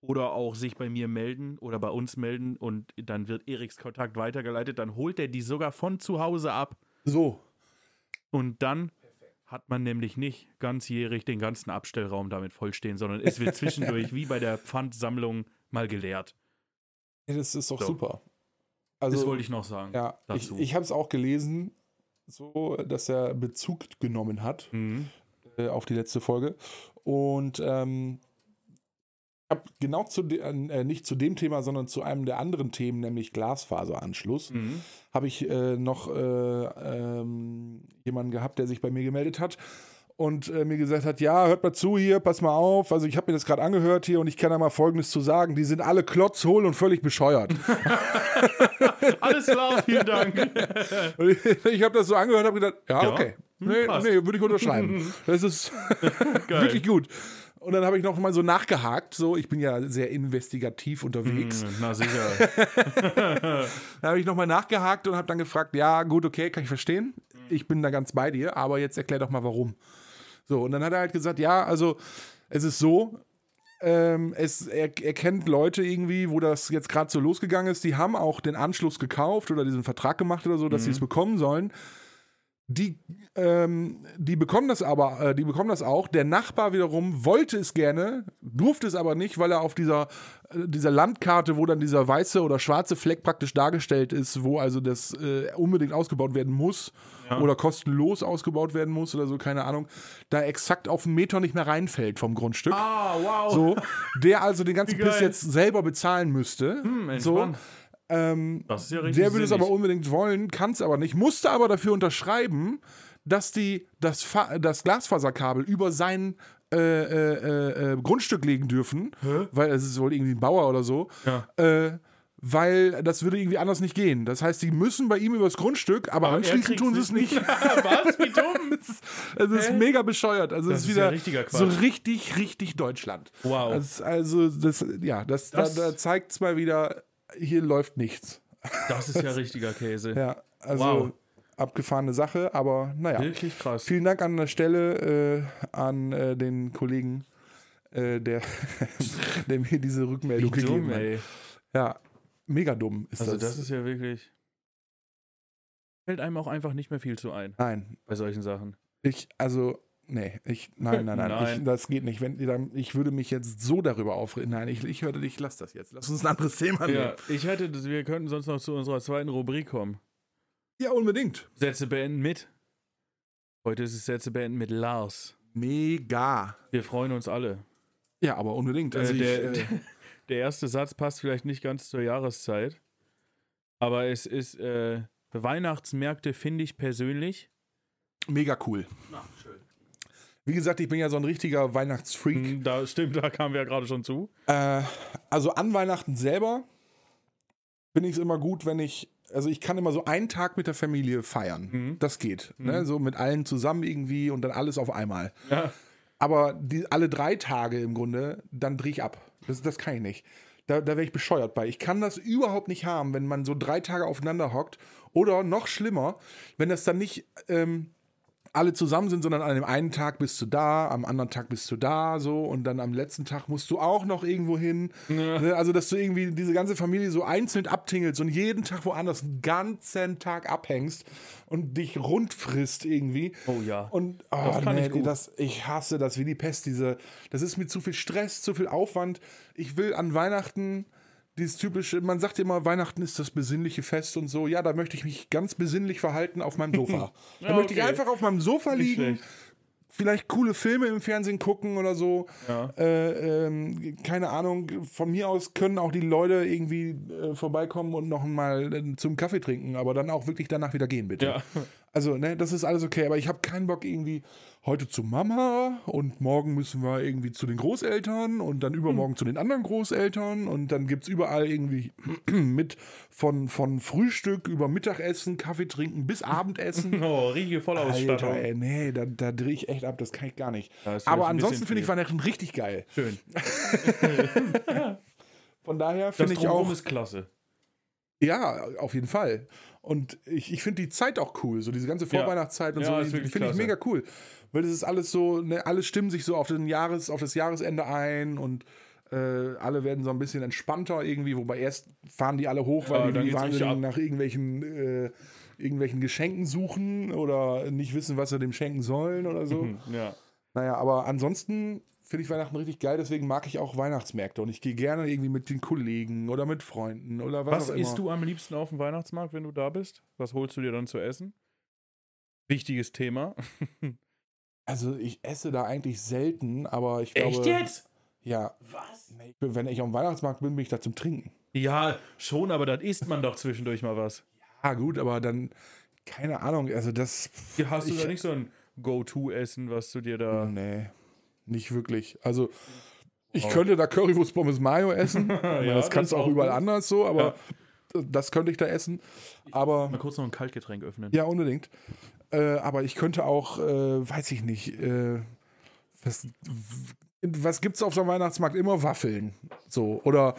oder auch sich bei mir melden oder bei uns melden und dann wird Eriks Kontakt weitergeleitet, dann holt er die sogar von zu Hause ab so. und dann hat man nämlich nicht ganzjährig den ganzen Abstellraum damit vollstehen, sondern es [LAUGHS] wird zwischendurch wie bei der Pfandsammlung mal geleert. Ja, Das ist doch So. super. das wollte ich noch sagen. Also, Ja, ich, dazu. ich habe es auch gelesen, so, dass er Bezug genommen hat Mhm. äh, auf die letzte Folge. Und ähm, ich habe genau zu, de äh, nicht zu dem Thema, sondern zu einem der anderen Themen, nämlich Glasfaseranschluss, Mhm. habe ich äh, noch äh, ähm, jemanden gehabt, der sich bei mir gemeldet hat. Und äh, mir gesagt hat, ja, hört mal zu hier, pass mal auf. Also ich habe mir das gerade angehört hier und ich kann da mal Folgendes zu sagen. Die sind alle klotzhohl und völlig bescheuert. Alles klar, vielen [LAUGHS] Dank. Und ich ich habe das so angehört und habe gedacht, ja, Ja. okay. Hm, Nee, passt. nee würde [LAUGHS] ich unterschreiben. Das ist Geil. wirklich gut. Und dann habe ich noch mal so nachgehakt, so ich bin ja sehr investigativ unterwegs. Na sicher. Dann habe ich noch mal nachgehakt und habe dann gefragt, ja, gut, okay, kann ich verstehen. Mhm. Ich bin da ganz bei dir, aber jetzt erklär doch mal warum. So, und dann hat er halt gesagt, ja, also es ist so, ähm, es, er, er kennt Leute irgendwie, wo das jetzt gerade so losgegangen ist, die haben auch den Anschluss gekauft oder diesen Vertrag gemacht oder so, dass sie es bekommen sollen. Die, ähm, die bekommen das aber, äh, die bekommen das auch. Der Nachbar wiederum wollte es gerne, durfte es aber nicht, weil er auf dieser, äh, dieser Landkarte, wo dann dieser weiße oder schwarze Fleck praktisch dargestellt ist, wo also das äh, unbedingt ausgebaut werden muss oder kostenlos ausgebaut werden muss oder so, keine Ahnung, da exakt auf einen Meter nicht mehr reinfällt vom Grundstück. Ah, wow. So, der also den ganzen Wie geil. Hm, Piss jetzt selber bezahlen müsste. so, entspannt. ähm, Das ist ja richtig. der würde es sinnig. aber unbedingt wollen, kann es aber nicht, musste aber dafür unterschreiben, dass die das, Fa das Glasfaserkabel über sein äh, äh, äh, äh, Grundstück legen dürfen, weil es ist wohl irgendwie ein Bauer oder so. Ja. Äh, weil das würde irgendwie anders nicht gehen. Das heißt, die müssen bei ihm übers Grundstück, Aber aber, er anschließend kriegt's tun sie es nicht. [LAUGHS] Was? Wie dumm? [LAUGHS] Also es ist mega bescheuert. Also es Das ist ist ja wieder richtiger Quatsch. so richtig, richtig Deutschland. Wow. Das, also das, ja, das, Das- da, da zeigt es mal wieder, hier läuft nichts. Das ist ja richtiger Käse. Ja, also Wow. abgefahrene Sache, aber naja. Wirklich krass. Vielen Dank an der Stelle äh, an äh, den Kollegen, äh, der, [LAUGHS] der mir diese Rückmeldung Wie gegeben dumm, hat. ey. Ja, mega dumm ist Also das. das ist ja wirklich. Fällt einem auch einfach nicht mehr viel zu ein Nein, bei solchen Sachen. ich, also, nee, ich, nein, nein, nein, Nein. Ich, das geht nicht. Wenn, dann, ich würde mich jetzt so darüber aufregen. Nein, ich, ich hörte dich, lass das jetzt. Lass uns ein anderes Thema nehmen. Ja, ich hätte, das- wir könnten sonst noch zu unserer zweiten Rubrik kommen. ja unbedingt. Sätze beenden mit. Heute ist es Sätze beenden mit Lars. Mega. Wir freuen uns alle. Ja, aber unbedingt. Also äh, der, [LAUGHS] ich, äh, der erste Satz passt vielleicht nicht ganz zur Jahreszeit, aber es ist äh, Weihnachtsmärkte finde ich persönlich mega cool. Wie gesagt, ich bin ja so ein richtiger Weihnachtsfreak. Hm, Da stimmt, da kamen wir ja gerade schon zu. Äh, also an Weihnachten selber finde ich es immer gut, wenn ich, also ich kann immer so einen Tag mit der Familie feiern. Mhm. Das geht. Ne? So mit allen zusammen irgendwie und dann alles auf einmal. Ja. Aber die, alle drei Tage im Grunde, dann drehe ich ab. Das, das kann ich nicht. Da, da wäre ich bescheuert bei. Ich kann das überhaupt nicht haben, wenn man so drei Tage aufeinander hockt. Oder noch schlimmer, wenn das dann nicht ähm, alle zusammen sind, sondern an dem einen Tag bist du da, am anderen Tag bist du da, so und dann am letzten Tag musst du auch noch irgendwo hin. Ne, Also, dass du irgendwie diese ganze Familie so einzeln abtingelst und jeden Tag woanders einen ganzen Tag abhängst und dich rund frisst irgendwie. Oh ja. Und oh, Das kann nee, ich gut. Das, ich hasse das wie die Pest. Diese, das ist mir zu viel Stress, zu viel Aufwand. Ich will an Weihnachten dieses typische, man sagt immer, Weihnachten ist das besinnliche Fest und so. Ja, da möchte ich mich ganz besinnlich verhalten auf [LAUGHS] meinem Sofa. da Ja, möchte ich okay. einfach auf meinem Sofa liegen, schlecht. vielleicht coole Filme im Fernsehen gucken oder so. Ja. Äh, ähm, keine Ahnung, von mir aus können auch die Leute irgendwie äh, vorbeikommen und noch mal äh, zum Kaffee trinken, aber dann auch wirklich danach wieder gehen, bitte. Ja. Also, ne, das ist alles okay, aber ich habe keinen Bock irgendwie heute zu Mama und morgen müssen wir irgendwie zu den Großeltern und Hm. dann übermorgen zu den anderen Großeltern und dann gibt's überall irgendwie [CLEARS THROAT] mit von, von Frühstück über Mittagessen, Kaffee trinken bis Abendessen. [LAUGHS] Oh, riesige Alter, Vollausstattung. ey, nee, da, da drehe ich echt ab, das kann ich gar nicht. Ja, ist Aber vielleicht ein ansonsten bisschen finde ich viel. Weihnachten richtig geil. Schön. Von daher Das finde ich Drumherum auch. ist klasse. Ja, auf jeden Fall. Und ich, ich finde die Zeit auch cool, so diese ganze Vorweihnachtszeit und Ja, ist so, die wirklich finde ich klasse. mega cool. Weil das ist alles so, ne, alle stimmen sich so auf, den Jahres, auf das Jahresende ein und äh, alle werden so ein bisschen entspannter irgendwie, wobei erst fahren die alle hoch, Ja, weil dann die, die geht's richtig wahnsinnig ab. nach irgendwelchen, äh, irgendwelchen Geschenken suchen oder nicht wissen, was sie dem schenken sollen oder so. Hm, [LAUGHS] ja. Naja, aber ansonsten finde ich Weihnachten richtig geil, deswegen mag ich auch Weihnachtsmärkte und ich gehe gerne irgendwie mit den Kollegen oder mit Freunden oder was, Was auch immer. isst du am liebsten auf dem Weihnachtsmarkt, wenn du da bist? Was holst du dir dann zu essen? Wichtiges Thema. Also ich esse da eigentlich selten, aber ich glaube. Ja. Was? Nee, ich bin, wenn ich am Weihnachtsmarkt bin, bin ich da zum Trinken. Ja, schon, aber dann isst man doch zwischendurch mal was. Ah, gut, aber dann, keine Ahnung, also das. Hier hast du Ich- Hm. da nicht so ein Go-To-Essen, was du dir da. Nee, nicht wirklich. Also. Ich könnte da Currywurst Pommes Mayo Oh. essen. [LAUGHS] Ja, das kannst das du auch auch überall gut. anders so, aber das könnte ich da essen. Aber Mal kurz noch ein Kaltgetränk öffnen. Ja, unbedingt. Äh, aber ich könnte auch, äh, weiß ich nicht, äh, was, w- was gibt es auf dem Weihnachtsmarkt? Immer Waffeln. So, oder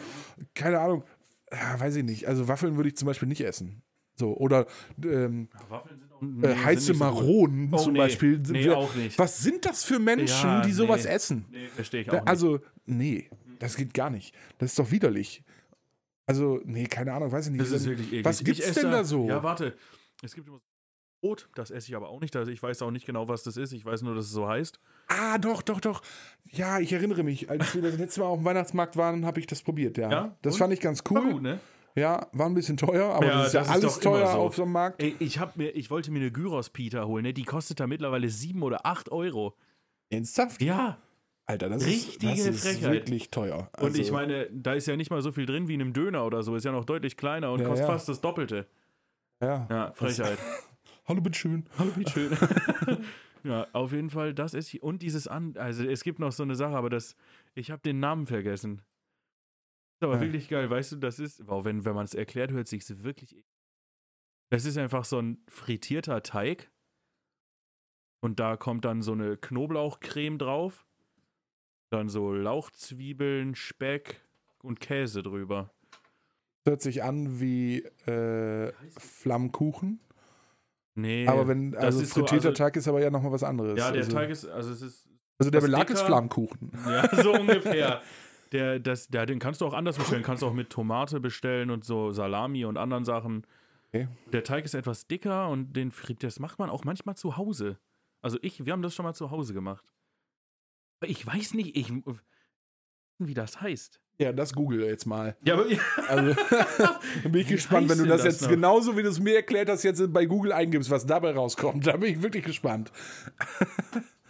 keine Ahnung, ja, weiß ich nicht. Also Waffeln würde ich zum Beispiel nicht essen. So, oder ähm, Waffeln sind auch äh, heiße Maronen Oh, zum nee. Beispiel. Nee, wir- auch nicht. Was sind das für Menschen, Ja, die sowas nee. essen? Nee, verstehe ich auch Da- nicht. also, nee, das geht gar nicht. Das ist doch widerlich. Also, nee, keine Ahnung, weiß ich nicht. das ist wirklich eklig. was Ich gibt's esse denn da so? Ja, warte. Es gibt immer so Brot, das esse ich aber auch nicht. Also ich weiß auch nicht genau, was das ist. Ich weiß nur, dass es so heißt. Ah, doch, doch, doch. Ja, ich erinnere mich. Als wir das letzte Mal auf dem Weihnachtsmarkt waren, habe ich das probiert, ja. Ja? Das Und? fand ich ganz War cool. gut, ne? Ja, war ein bisschen teuer, aber Ja, das ist ja das ist alles doch immer teuer so. auf so einem Markt. Ey, ich, hab mir, ich wollte mir eine Gyros-Pita holen, ne? Die kostet da mittlerweile 7 oder 8 Euro. Ernsthaft? Ja. Alter, das ist, Richtige das ist Frechheit. wirklich teuer. Also, Und ich meine, da ist ja nicht mal so viel drin wie in einem Döner oder so. Ist ja noch deutlich kleiner und Ja, kostet ja. fast das Doppelte. Ja. Ja, Frechheit. Hallo, bitteschön. Hallo, wie schön. [LAUGHS] ja, auf jeden Fall, das ist hier. Und dieses an. Also, es gibt noch so eine Sache, aber das. Ich habe den Namen vergessen. Ist aber Ja. wirklich geil, weißt du, das ist. Wow, wenn, wenn man es erklärt, hört sich wirklich. eklig. Das ist einfach so ein frittierter Teig. Und da kommt dann so eine Knoblauchcreme drauf. Dann so Lauchzwiebeln, Speck und Käse drüber. Hört sich an wie äh, Flammkuchen. Nee. Aber wenn, also ist so, frittierter also- Teig ist aber ja nochmal was anderes. ja, der also, Teig ist. Also, es ist Also der das Belag ist dicker- Flammkuchen. Ja, [LAUGHS] so ungefähr. Der, das, der, den kannst du auch anders bestellen. Kannst du auch mit Tomate bestellen und so Salami und anderen Sachen. Okay. Der Teig ist etwas dicker und den fri- das macht man auch manchmal zu Hause. Also ich, wir haben das schon mal zu Hause gemacht. Aber ich weiß nicht, ich wie das heißt. Ja, das google jetzt mal. Ja, aber [LAUGHS] Also bin ich Wie gespannt, wenn heißt du denn das, das jetzt noch? genauso wie du es mir erklärt hast, jetzt bei Google eingibst, was dabei rauskommt. [LAUGHS] Da bin ich wirklich gespannt.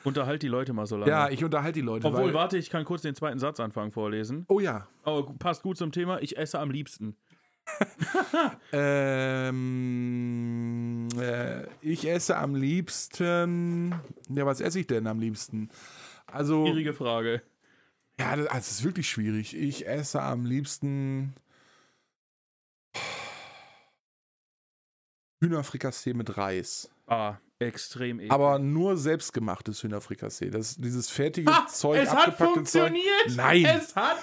unterhalt die Leute mal so lange. Ja, ich unterhalte die Leute. Obwohl, weil- warte, ich kann kurz den zweiten Satzanfang vorlesen. oh ja. Aber passt gut zum Thema. Ich esse am liebsten. ähm, äh, ich esse am liebsten. Ja, was esse ich denn am liebsten? Also, Schwierige Frage. ja, das, das ist wirklich schwierig. Ich esse am liebsten Hühnerfrikassee mit Reis. Ah, extrem eklig. Aber nur selbstgemachtes Hühnerfrikassee. Das, dieses fertige Zeug, es hat abgepackte Zeug. funktioniert! Nein. Es hat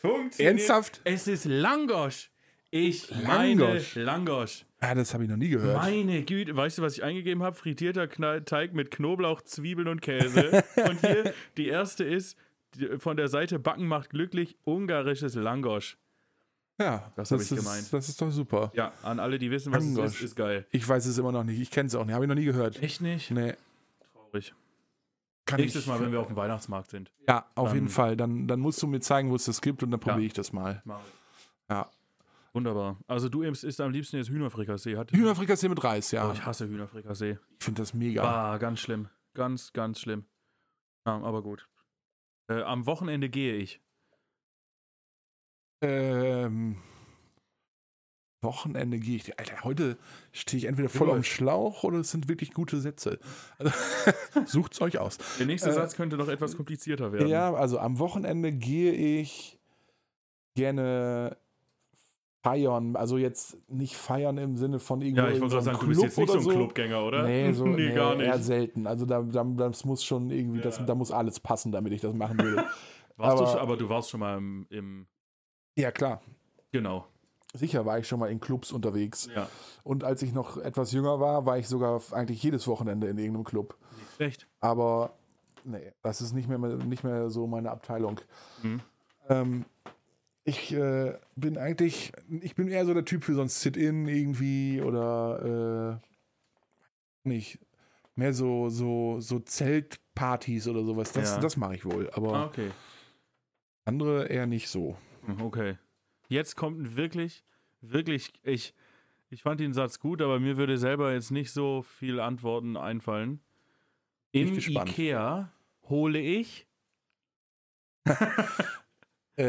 funktioniert! Ernsthaft? Es ist Langosch. Ich Langosch. meine Langosch. Ja, das habe ich noch nie gehört. Meine Güte, weißt du, was ich eingegeben habe? Frittierter Knall Teig mit Knoblauch, Zwiebeln und Käse. und [LAUGHS] hier, die erste ist die- von der Seite Backen macht glücklich, ungarisches Langosch. Ja, Das hab ich ist, gemeint. Das ist doch super. Ja, an alle, die wissen, was es Langosch. ist, ist geil. Ich weiß es immer noch nicht. Ich kenne es auch nicht. Habe ich noch nie gehört. Echt nicht? Nee, Traurig. kann Nächstes ich. Mal, wenn wir auf dem Weihnachtsmarkt sind. ja, auf dann- jeden Fall. Dann, dann musst du mir zeigen, wo es das gibt und dann Ja. probiere ich das mal. Mach ich. Ja. Wunderbar. Also du isst isst am liebsten jetzt Hühnerfrikassee. Hat, Hühnerfrikassee mit Reis, oh, ja. ich hasse Hühnerfrikassee. Ich finde das mega. Ah, ganz schlimm. Ganz, ganz schlimm. Ja, aber gut. Äh, am Wochenende gehe ich. Ähm, Wochenende gehe ich. Alter, heute stehe ich entweder voll Junge. am Schlauch oder es sind wirklich gute Sätze. Also [LAUGHS] Sucht's euch aus. Der nächste Äh, Satz könnte noch etwas komplizierter werden. Ja, also am Wochenende gehe ich gerne feiern. Also jetzt nicht feiern im Sinne von irgendwo Ja, ich in wollte gerade einem sagen, du bist jetzt nicht so oder ein Clubgänger, oder? [LAUGHS] Nee, so, nee, gar eher nicht. selten. Also da, da, das muss schon irgendwie, das, Ja. da muss alles passen, damit ich das machen würde. [LAUGHS] Warst du aber- schon, aber du warst schon mal im, im ja, klar. genau. Sicher war ich schon mal in Clubs unterwegs. Ja. Und als ich noch etwas jünger war, war ich sogar eigentlich jedes Wochenende in irgendeinem Club. Schlecht. Aber nee, das ist nicht mehr, nicht mehr so meine Abteilung. Mhm. Ähm, ich äh, bin eigentlich, ich bin eher so der Typ für so ein Sit-In irgendwie oder äh, nicht. Mehr so, so, so Zeltpartys oder sowas. Das, Ja. das mache ich wohl. Aber Ah, okay. andere eher nicht so. Hm, Okay. Jetzt kommt ein wirklich, wirklich, ich, ich fand den Satz gut, aber mir würde selber jetzt nicht so viel Antworten einfallen. Bin ich Im gespannt. Ikea hole ich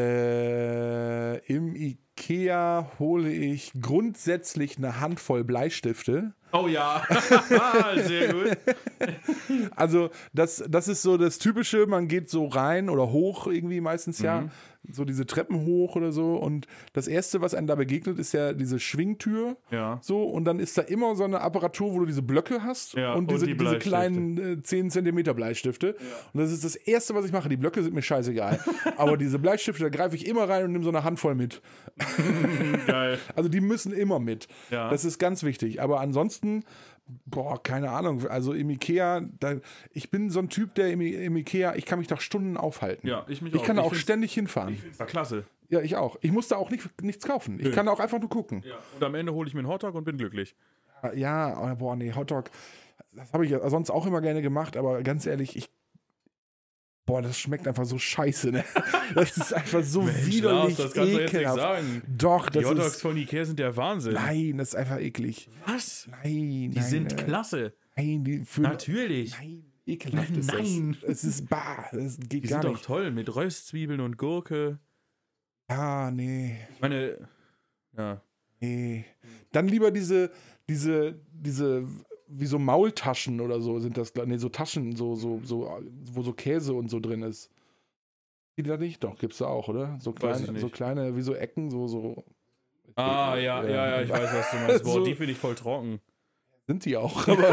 Äh, Im IKEA hole ich grundsätzlich eine Handvoll Bleistifte. Oh [LAUGHS] ja, Ah, sehr gut. Also, das, das ist so das Typische, man geht so rein oder hoch irgendwie meistens Mhm. ja, so diese Treppen hoch oder so. Und das Erste, was einem da begegnet, ist ja diese Schwingtür. Ja. So, und dann ist da immer so eine Apparatur, wo du diese Blöcke hast Ja, und und diese, die diese Bleistifte. kleinen äh, 10 Zentimeter Bleistifte. Und das ist das Erste, was ich mache. Die Blöcke sind [LAUGHS] mir scheißegal. Aber diese Bleistifte, da greife ich immer rein und nehme so eine Handvoll mit. Geil. Also die müssen immer mit. Ja. Das ist ganz wichtig. Aber ansonsten, boah, keine Ahnung. Also im Ikea, da, ich bin so ein Typ, der im, im Ikea, ich kann mich da Stunden aufhalten. Ja, ich mich Ich auch. kann da Ich auch find's- ständig hinfahren. War klasse. ja, ich auch. Ich muss da auch nicht, nichts kaufen. Ich kann da auch einfach nur gucken. Und am Ende hole ich mir einen Hotdog und bin glücklich. Ja, aber boah, nee, Hotdog, das habe ich ja sonst auch immer gerne gemacht, aber ganz ehrlich, ich. Boah, das schmeckt einfach so scheiße, ne? [LAUGHS] Das ist einfach so widerlich. ekelhaft. sagen. Doch, Die das Hotdogs ist. von Ikea sind der Wahnsinn. Nein, das ist einfach eklig. Was? Nein, Die nein, sind nein. klasse. Nein, die für Natürlich. Nein, ekelhaft ist Nein. das. [LAUGHS] Es ist bah, das geht Die gar sind doch nicht. toll mit Röstzwiebeln und Gurke. Ah, nee, Ich meine, ja. nee. Dann lieber diese, diese, diese, wie so Maultaschen oder so sind das, glaub- nee, so Taschen, so, so, so, wo so Käse und so drin ist. Die da nicht? Doch, gibt's da auch, oder? So Weiß ich kleine, nicht. so kleine, wie so Ecken, so, so. Ah, ja, ja, ja, ich weiß, was du meinst. [LAUGHS] Boah, So. die finde ich voll trocken. Sind die auch, aber [LAUGHS]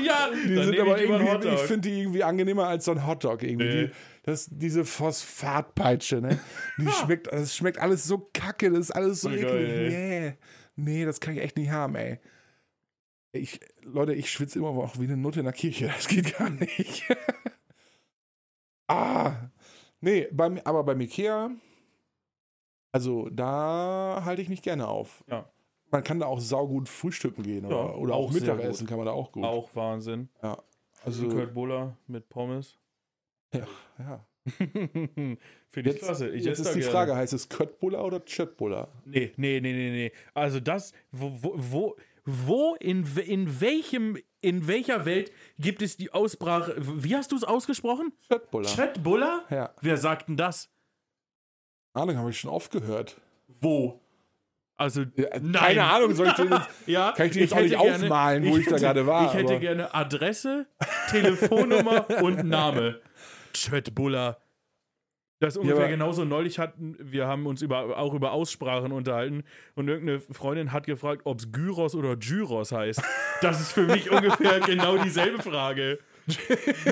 ja, die sind aber irgendwie, ich finde die irgendwie angenehmer als so ein Hotdog irgendwie. Nee. Die, das, diese Phosphatpeitsche, ne? Die schmeckt, das schmeckt alles so kacke, das ist alles so Voll eklig. geil, nee. nee, das kann ich echt nicht haben, ey. Ich, Leute, ich schwitze immer auch wie eine Nutte in der Kirche. Das geht gar Mhm. nicht. [LAUGHS] ah, nee, beim, aber beim Ikea, also da halte ich mich gerne auf. Ja. Man kann da auch saugut frühstücken gehen oder, Ja, oder auch, auch sehr Mittagessen kann man da auch gut. auch Wahnsinn. also, Kurt Buller mit [LAUGHS] Pommes. ja. Finde ich Jetzt, klasse. Ich jetzt esse ist da die gerne. Frage, heißt es Köttbulla oder Chöttbulla? Nee, nee, nee, nee, nee. Also das, wo, wo, wo, wo in, we- in welchem, in welcher Welt gibt es die Aussprache, wie hast du es ausgesprochen? Chöttbulla. Chet Buller? Ja, Wer sagt denn das? Ahnung, habe ich schon oft gehört. Wo? Also, nein. äh, Keine [LAUGHS] Ahnung, soll ich den jetzt, Ja, Kann ich die jetzt auch hätte nicht aufmalen, wo ich da hätte- gerade war, Ich hätte aber- gerne Adresse, [LAUGHS] Telefonnummer und Name. Chatbuller. Das ist ungefähr aber- genauso. Neulich hatten wir haben uns über, auch über Aussprachen unterhalten und irgendeine Freundin hat gefragt, ob es Gyros oder Gyros heißt. Das ist für mich [LAUGHS] ungefähr genau dieselbe Frage.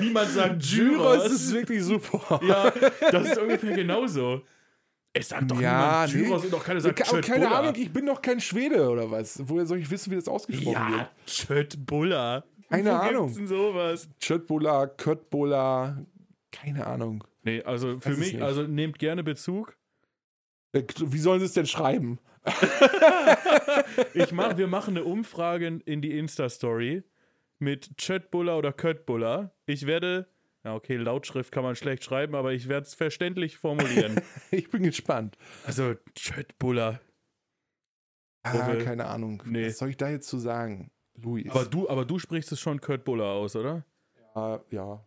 Niemand sagt Gyros ist Gyros. wirklich super. Ja, das ist ungefähr genauso. Es sagt doch Ja, niemand Gyros nee. und auch keiner Ke- sagt Chatbuller. keine Ahnung, ich bin doch kein Schwede oder was. Woher soll ich wissen, wie das ausgesprochen wird? Ja, Chatbuller. Keine Wo Ahnung. Gibt's denn sowas? Chötbola, Köttbola, keine Ahnung. Nee, also für Weiß es mich, nicht. also nehmt gerne Bezug. Äh, Wie sollen sie es denn schreiben? [LAUGHS] Ich mach, wir machen eine Umfrage in die Insta-Story mit Chatbuller oder Köttbuller. Ich werde, ja okay, Lautschrift kann man schlecht schreiben, aber ich werde es verständlich formulieren. Ich bin gespannt. [LAUGHS] Also Chatbuller. Ah, Hoffe- keine Ahnung. Nee. Was soll ich da jetzt zu sagen? Luis. Aber du, aber du sprichst es schon Köttbuller aus, oder? Ah, ja.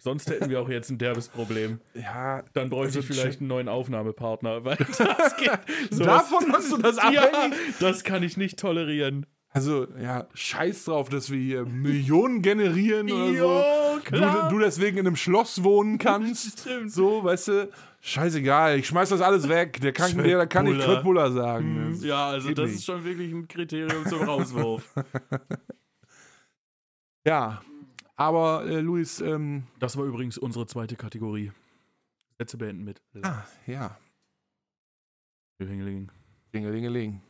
Sonst hätten wir auch jetzt ein derbes Problem. Ja. Dann bräuchte Also ich vielleicht Chat- einen neuen Aufnahmepartner, [LAUGHS] weil das geht. sowas- Davon machst du [LAUGHS] das ja, abhängig? das kann ich nicht tolerieren. Also, ja, scheiß drauf, dass wir hier Millionen generieren oder Jo, so. Du, du deswegen in einem Schloss [LAUGHS] wohnen kannst. Stimmt. So, weißt du, scheißegal, ich schmeiß das alles weg. Der kann, der, der kann nicht Schöttbulla. Köttbulla sagen. Das- Ja, also Geht das nicht. ist schon wirklich ein Kriterium zum Rauswurf. Ja, aber äh, Luis, ähm, [LAUGHS] Das war übrigens unsere zweite Kategorie. Sätze beenden mit. ah, ja, Hingeling. Dingelingeling.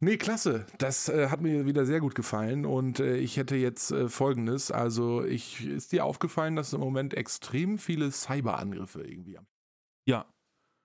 Nee, klasse. Das äh, hat mir wieder sehr gut gefallen und äh, ich hätte jetzt äh, folgendes. Also, ich ist dir aufgefallen, dass im Moment extrem viele Cyberangriffe irgendwie am. Ja,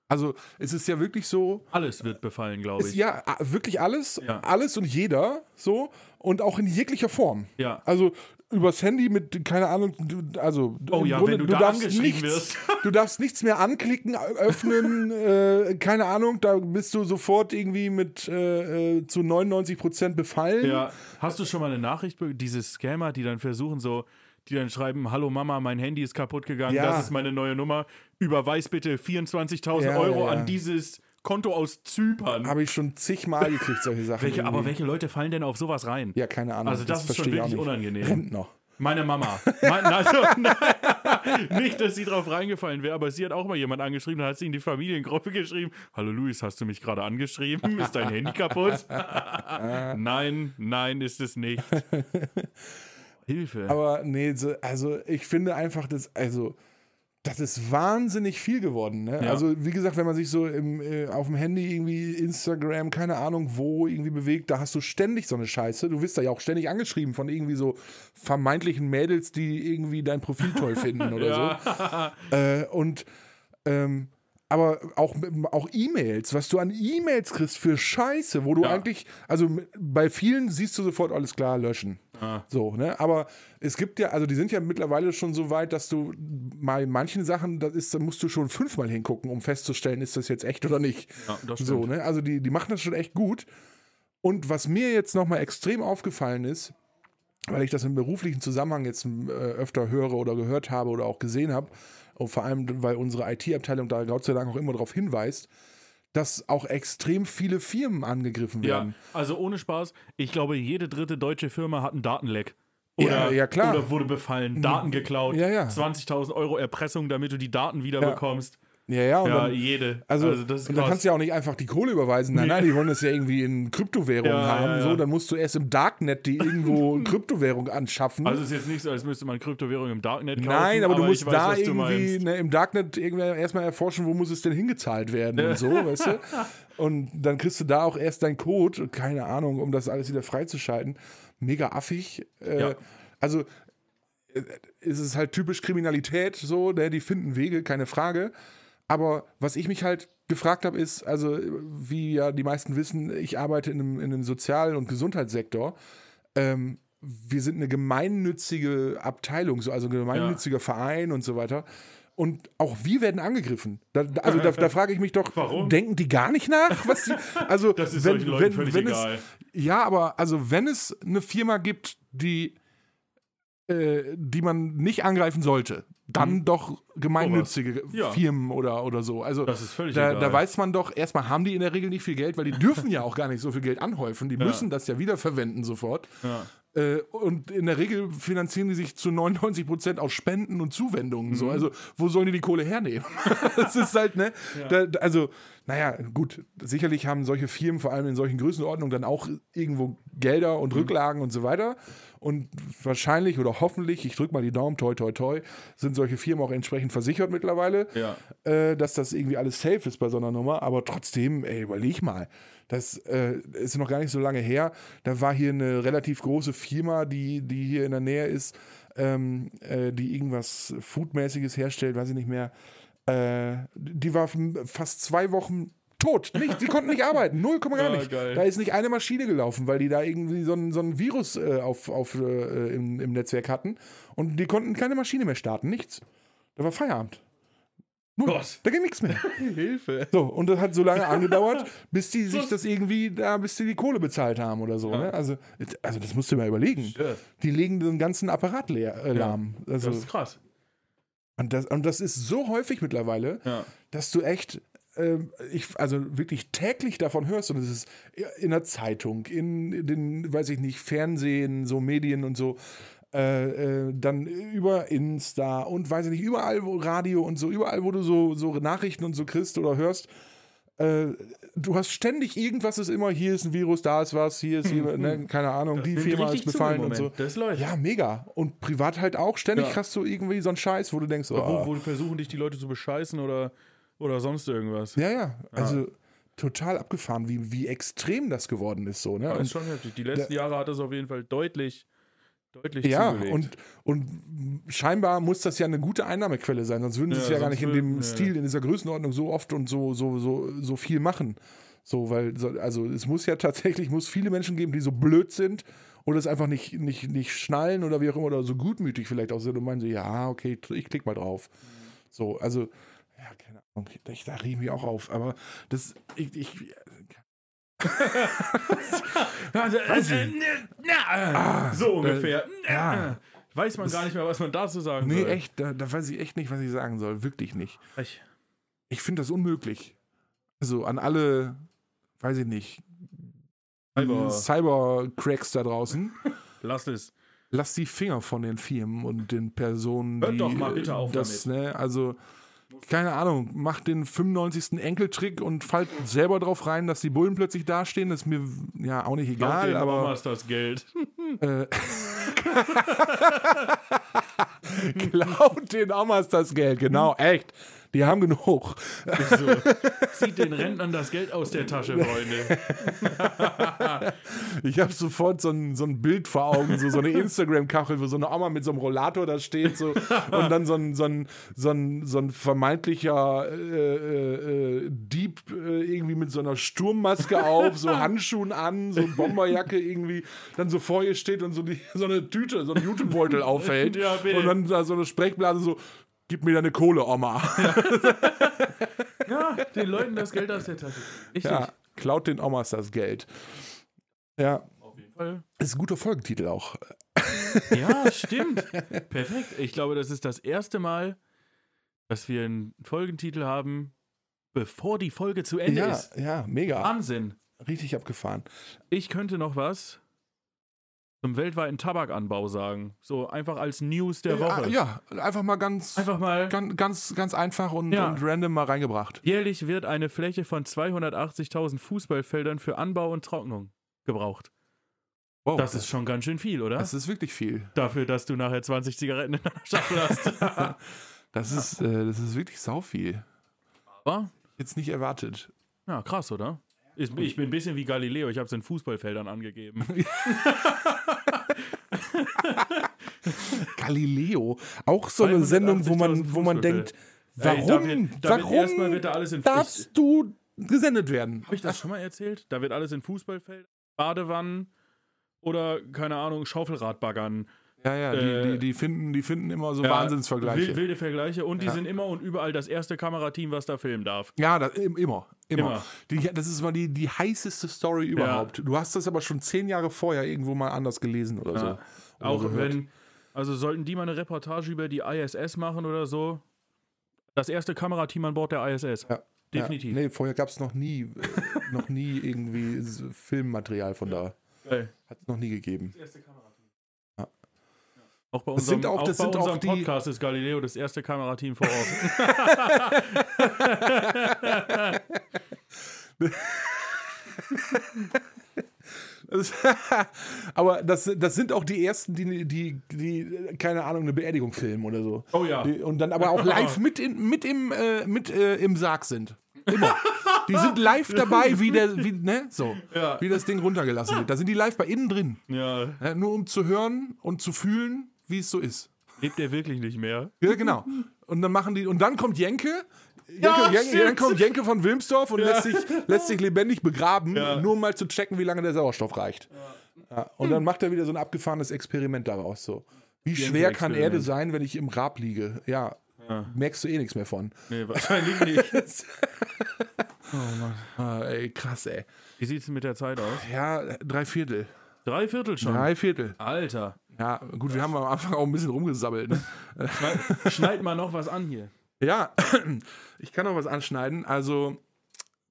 Also, es ist ja wirklich so, alles wird befallen, glaube ist ich. ja a- wirklich alles, Ja. alles und jeder so und auch in jeglicher Form. Ja. Also übers Handy mit, keine Ahnung, du- also Oh im ja, wenn du da angeschrieben wirst. [LAUGHS] du darfst nichts mehr anklicken, ö- öffnen, [LAUGHS] äh, keine Ahnung, da bist du sofort irgendwie mit äh, äh, zu 99% befallen. Ja. Hast du schon mal eine Nachricht, be- diese Scammer, die dann versuchen so, die dann schreiben, hallo Mama, mein Handy ist kaputt gegangen, Ja. das ist meine neue Nummer, überweis bitte 24.000 Ja, Euro ja, Ah. ja. an dieses Konto aus Zypern. Habe ich schon zigmal gekriegt, solche Sachen. welche, aber irgendwie. welche Leute fallen denn auf sowas rein? Ja, keine Ahnung. Also das, ist schon verstehe ich auch wirklich nicht. unangenehm. Rentner. Meine Mama. Mein, [LAUGHS] also, nein, nicht, dass sie drauf reingefallen wäre, aber sie hat auch mal jemand angeschrieben, da hat sie in die Familiengruppe geschrieben: Hallo Luis, hast du mich gerade angeschrieben? Ist dein Handy [LAUGHS] kaputt? nein, nein, ist es nicht. Hilfe. Aber nee, so, also ich finde einfach, das, also, das ist wahnsinnig viel geworden. Ne? Ja. Also, wie gesagt, wenn man sich so im, äh, auf dem Handy irgendwie Instagram, keine Ahnung, wo irgendwie bewegt, da hast du ständig so eine Scheiße. Du wirst da ja auch ständig angeschrieben von irgendwie so vermeintlichen Mädels, die irgendwie dein Profil toll finden oder so. Äh, und ähm, aber auch, auch E-Mails, was du an E-Mails kriegst für Scheiße, wo du Ja. eigentlich, also m- bei vielen siehst du sofort, alles klar, löschen. Ah. So, ne? Aber es gibt ja, also die sind ja mittlerweile schon so weit, dass du bei manchen Sachen, das ist, da musst du schon fünfmal hingucken, um festzustellen, ist das jetzt echt oder nicht. Ja, das so, stimmt. ne? Also die, die machen das schon echt gut. Und was mir jetzt nochmal extrem aufgefallen ist, weil ich das im beruflichen Zusammenhang jetzt äh, öfter höre oder gehört habe oder auch gesehen habe, und vor allem, weil unsere IT-Abteilung da Gott sei Dank auch immer darauf hinweist, dass auch extrem viele Firmen angegriffen ja, werden. also ohne Spaß, ich glaube, jede dritte deutsche Firma hat einen Datenleck. Ja, Oder, ja, klar. Mhm. oder wurde befallen, Daten geklaut, Ja, ja. 20.000 Euro Erpressung, damit du die Daten wieder bekommst. Ja, ja, und Ja, dann, jede. Also, das ist und dann krass. kannst du ja auch nicht einfach die Kohle überweisen. Nein, nein, die wollen das ja irgendwie in Kryptowährungen Ja, haben. ja, ja. So, dann musst du erst im Darknet die irgendwo [LAUGHS] Kryptowährung anschaffen. Also ist jetzt nicht so, als müsste man Kryptowährung im Darknet kaufen. nein, aber, du musst ich weiß, da was du irgendwie meinst. ne, im Darknet irgendwie erstmal erforschen, wo muss es denn hingezahlt werden [LAUGHS] und so, weißt du? Und dann kriegst du da auch erst deinen Code, keine Ahnung, um das alles wieder freizuschalten. Mega affig. Äh, Ja. Also äh, es ist halt typisch Kriminalität so, ne? die finden Wege, keine Frage. Aber was ich mich halt gefragt habe, ist, also wie ja die meisten wissen, ich arbeite in einem, in einem Sozial- und Gesundheitssektor. Ähm, wir sind eine gemeinnützige Abteilung, so, also ein gemeinnütziger Verein und so weiter. Und auch wir werden angegriffen. Da, da, also da, da frage ich mich doch, Warum? denken die gar nicht nach? Was die, also [LAUGHS] Das ist solchen Leuten völlig wenn egal. Es, ja, aber also wenn es eine Firma gibt, die, äh, die man nicht angreifen sollte, dann doch gemeinnützige Mhm. Ja. Firmen oder, oder so. Also Das ist völlig da, egal. da weiß man doch, erstmal haben die in der Regel nicht viel Geld, weil die dürfen ja auch gar nicht so viel Geld anhäufen. Die müssen das ja wiederverwenden sofort. Ja. [LAUGHS] Äh, und in der Regel finanzieren die sich zu 99 Prozent aus Spenden und Zuwendungen. So. Also, wo sollen die die Kohle hernehmen? [LAUGHS] das ist halt, ne? Da, da, also, naja, gut, sicherlich haben solche Firmen, vor allem in solchen Größenordnungen, dann auch irgendwo Gelder und Rücklagen und so weiter. Und wahrscheinlich oder hoffentlich, ich drücke mal die Daumen, toi, toi, toi, sind solche Firmen auch entsprechend versichert mittlerweile, Ja. äh, dass das irgendwie alles safe ist bei so einer Nummer. Aber trotzdem, ey, überleg mal. Das äh, ist noch gar nicht so lange her. Da war hier eine relativ große Firma, die, die hier in der Nähe ist, ähm, äh, die irgendwas Foodmäßiges herstellt, weiß ich nicht mehr. Äh, die war f- fast zwei Wochen tot. Nicht, die konnten nicht arbeiten. Null, [LAUGHS] Komma gar Ah, nicht. geil. Da ist nicht eine Maschine gelaufen, weil die da irgendwie so ein, so ein Virus äh, auf, auf, äh, im, im Netzwerk hatten. Und die konnten keine Maschine mehr starten, nichts. Da war Feierabend. Null. Was? Da ging nichts mehr. Hilfe. So, und das hat [LAUGHS] so lange angedauert, bis die sich das irgendwie, da, bis die die Kohle bezahlt haben oder so. Ne? Also, also, das musst du dir mal überlegen. Shit. Die legen den ganzen Apparat leer, äh, lahm. Also, Das ist krass. und, das, und das ist so häufig mittlerweile, Ja. dass du echt, ähm, ich, also wirklich täglich davon hörst. Und es ist in der Zeitung, in den, weiß ich nicht, Fernsehen, so Medien und so. Äh, äh, dann über Insta und weiß ich nicht, überall, wo Radio und so, überall, wo du so, so Nachrichten und so kriegst oder hörst, äh, du hast ständig irgendwas ist immer, hier ist ein Virus, da ist was, hier ist jemand, ne, keine Ahnung, die Hm, nimmt Firma richtig ist zu im befallen und Moment. so. Das läuft. Ja, mega. Und privat halt auch, ständig Ja. hast du irgendwie so einen Scheiß, wo du denkst, Wo, oh, wo versuchen dich die Leute zu bescheißen oder, oder sonst irgendwas. Ja, ja. Also total abgefahren, wie, wie extrem das geworden ist so. Ne? Das ist Und, schon heftig. Die letzten Jahre hat das auf jeden Fall deutlich, deutlich ja, zugelegt. [LAUGHS] und, und scheinbar muss das ja eine gute Einnahmequelle sein, sonst würden sie Ja, es ja gar sonst nicht in würden- dem ja, Stil, in dieser Größenordnung so oft und so, so, so, so viel machen. So, weil, so- also es muss ja tatsächlich, muss viele Menschen geben, die so blöd sind oder es einfach nicht, nicht, nicht schnallen oder wie auch immer, oder so gutmütig vielleicht auch sind und meinen so, ja, okay, ich klick mal drauf. So, also, ja, keine Ahnung, ich, da rieche ich mich auch auf, aber das, ich, ich Weiß ich. Ah, ne, äh, so ungefähr. Ne, äh, ja. Weiß man gar nicht mehr, was man dazu sagen Nee, soll. echt, da, da weiß ich echt nicht, was ich sagen soll. Wirklich nicht. echt. Ich finde das unmöglich. Also an alle, weiß ich nicht, Cyber- Cyber-Cracks da draußen, [LAUGHS] Lass es. lasst die Finger von den Firmen und den Personen, Hört die doch mal bitte äh, auf das, ne, also keine Ahnung, macht den 95. Enkeltrick und fallt selber drauf rein, dass die Bullen plötzlich dastehen, ist mir ja auch nicht Laut egal, den aber Omas [LAUGHS] das Geld. [LAUGHS] klaut den Omas das Geld, genau, echt. Die haben genug. So. Zieht den Rentnern das Geld aus der Tasche, Freunde. Ich habe sofort so ein, so ein Bild vor Augen, so, [LAUGHS] so eine Instagram-Kachel, wo so eine Oma mit so einem Rollator da steht so, und dann so ein, so ein, so ein, so ein vermeintlicher äh, äh, äh, Dieb äh, irgendwie mit so einer Sturmmaske auf, [LAUGHS] so Handschuhen an, so eine Bomberjacke irgendwie, dann so vor ihr steht und so, die, so eine Tüte, so einen Jutebeutel aufhält Ja, bitte. und dann da so eine Sprechblase so, gib mir deine Kohle, [LAUGHS] Oma. Ja, den Leuten das Geld aus der Tasche. Richtig. Ja, klaut den Omas das Geld. Ja, Auf jeden Fall. ist ein guter Folgentitel auch. Ja, stimmt. Perfekt. Ich glaube, das ist das erste Mal, dass wir einen Folgentitel haben, bevor die Folge zu Ende Ja, ist. ja, mega. Wahnsinn. Richtig abgefahren. Ich könnte noch was zum weltweiten Tabakanbau sagen. So einfach als News der Woche. Äh, Ja, einfach mal ganz, Einfach mal. ganz, ganz, ganz einfach und, Ja. und random mal reingebracht. Jährlich wird eine Fläche von 280.000 Fußballfeldern für Anbau und Trocknung gebraucht. Wow, Das ist schon ganz schön viel, oder? das ist wirklich viel. Oh, Dafür, dass du nachher 20 Zigaretten in der Schachtel [LAUGHS] hast. Das ist, äh, das ist wirklich sau viel. Aber, Jetzt nicht erwartet. ja, krass, oder? Ich, ich bin ein bisschen wie Galileo, ich habe es in Fußballfeldern [LAUGHS] angegeben. Galileo, auch so eine Sendung, wo man, wo man 280.000 denkt, Ey, warum, da wird- da wird erstmal warum wird da alles in darfst du gesendet werden? Habe ich das schon mal erzählt? Da wird alles in Fußballfeldern, Badewannen oder, keine Ahnung, Schaufelradbaggern. Ja, ja, die, Äh, die, die, finden, die finden immer so Ja, Wahnsinnsvergleiche. wild- Wilde Vergleiche und die Ja. sind immer und überall das erste Kamerateam, was da filmen darf. Ja, das, im- immer. Immer. Immer. Die, das ist mal die, die heißeste Story überhaupt. Du hast das aber schon zehn Jahre vorher irgendwo mal anders gelesen oder so. Ja. Oder Auch Oh, gehört. wenn, also sollten die mal eine Reportage über die ISS machen oder so, Das erste Kamerateam an Bord der ISS. Ja. Definitiv. Ja, nee, vorher gab es noch nie, äh, noch nie irgendwie s- Filmmaterial von da. Geil. Hat es noch nie gegeben. Auch bei unserem, Das sind auch- auch, das bei sind auch unserem die- Podcast ist Galileo das erste Kamerateam vor [LAUGHS] Ort. Das- [LAUGHS] Aber das, das sind auch die ersten, die, die, die, keine Ahnung, eine Beerdigung filmen oder so. Oh ja. Die, und dann [LAUGHS] aber auch live mit, in, mit, im, äh, mit äh, im Sarg sind. Immer. Die sind live dabei, wie, der, wie, ne? so, Ja. wie das Ding runtergelassen wird. Da sind die live bei innen drin. ja. Ne? Nur um zu hören und zu fühlen, wie es so ist. Lebt er wirklich nicht mehr? Ja, genau. Und dann machen die, und dann kommt Jenke. Jenke, Ja, Jenke dann stimmt. kommt Jenke von Wilmsdorf und lässt, sich, lässt sich lebendig begraben, Ja. nur um mal zu checken, wie lange der Sauerstoff reicht. Ja, und dann macht er wieder so ein abgefahrenes Experiment daraus. So. Wie schwer kann Experiment. Erde sein, wenn ich im Grab liege? Ja, merkst du eh nichts mehr von. Nee, wahrscheinlich nicht. Ah, ey, krass, ey. Wie sieht es mit der Zeit aus? Ja, drei Viertel. Drei Viertel schon. Drei Viertel. Alter. Ja, gut, wir haben am Anfang auch ein bisschen rumgesabbelt. Ne? Schneid mal noch was an hier. ja, [CLEARS THROAT] ich kann noch was anschneiden. Also,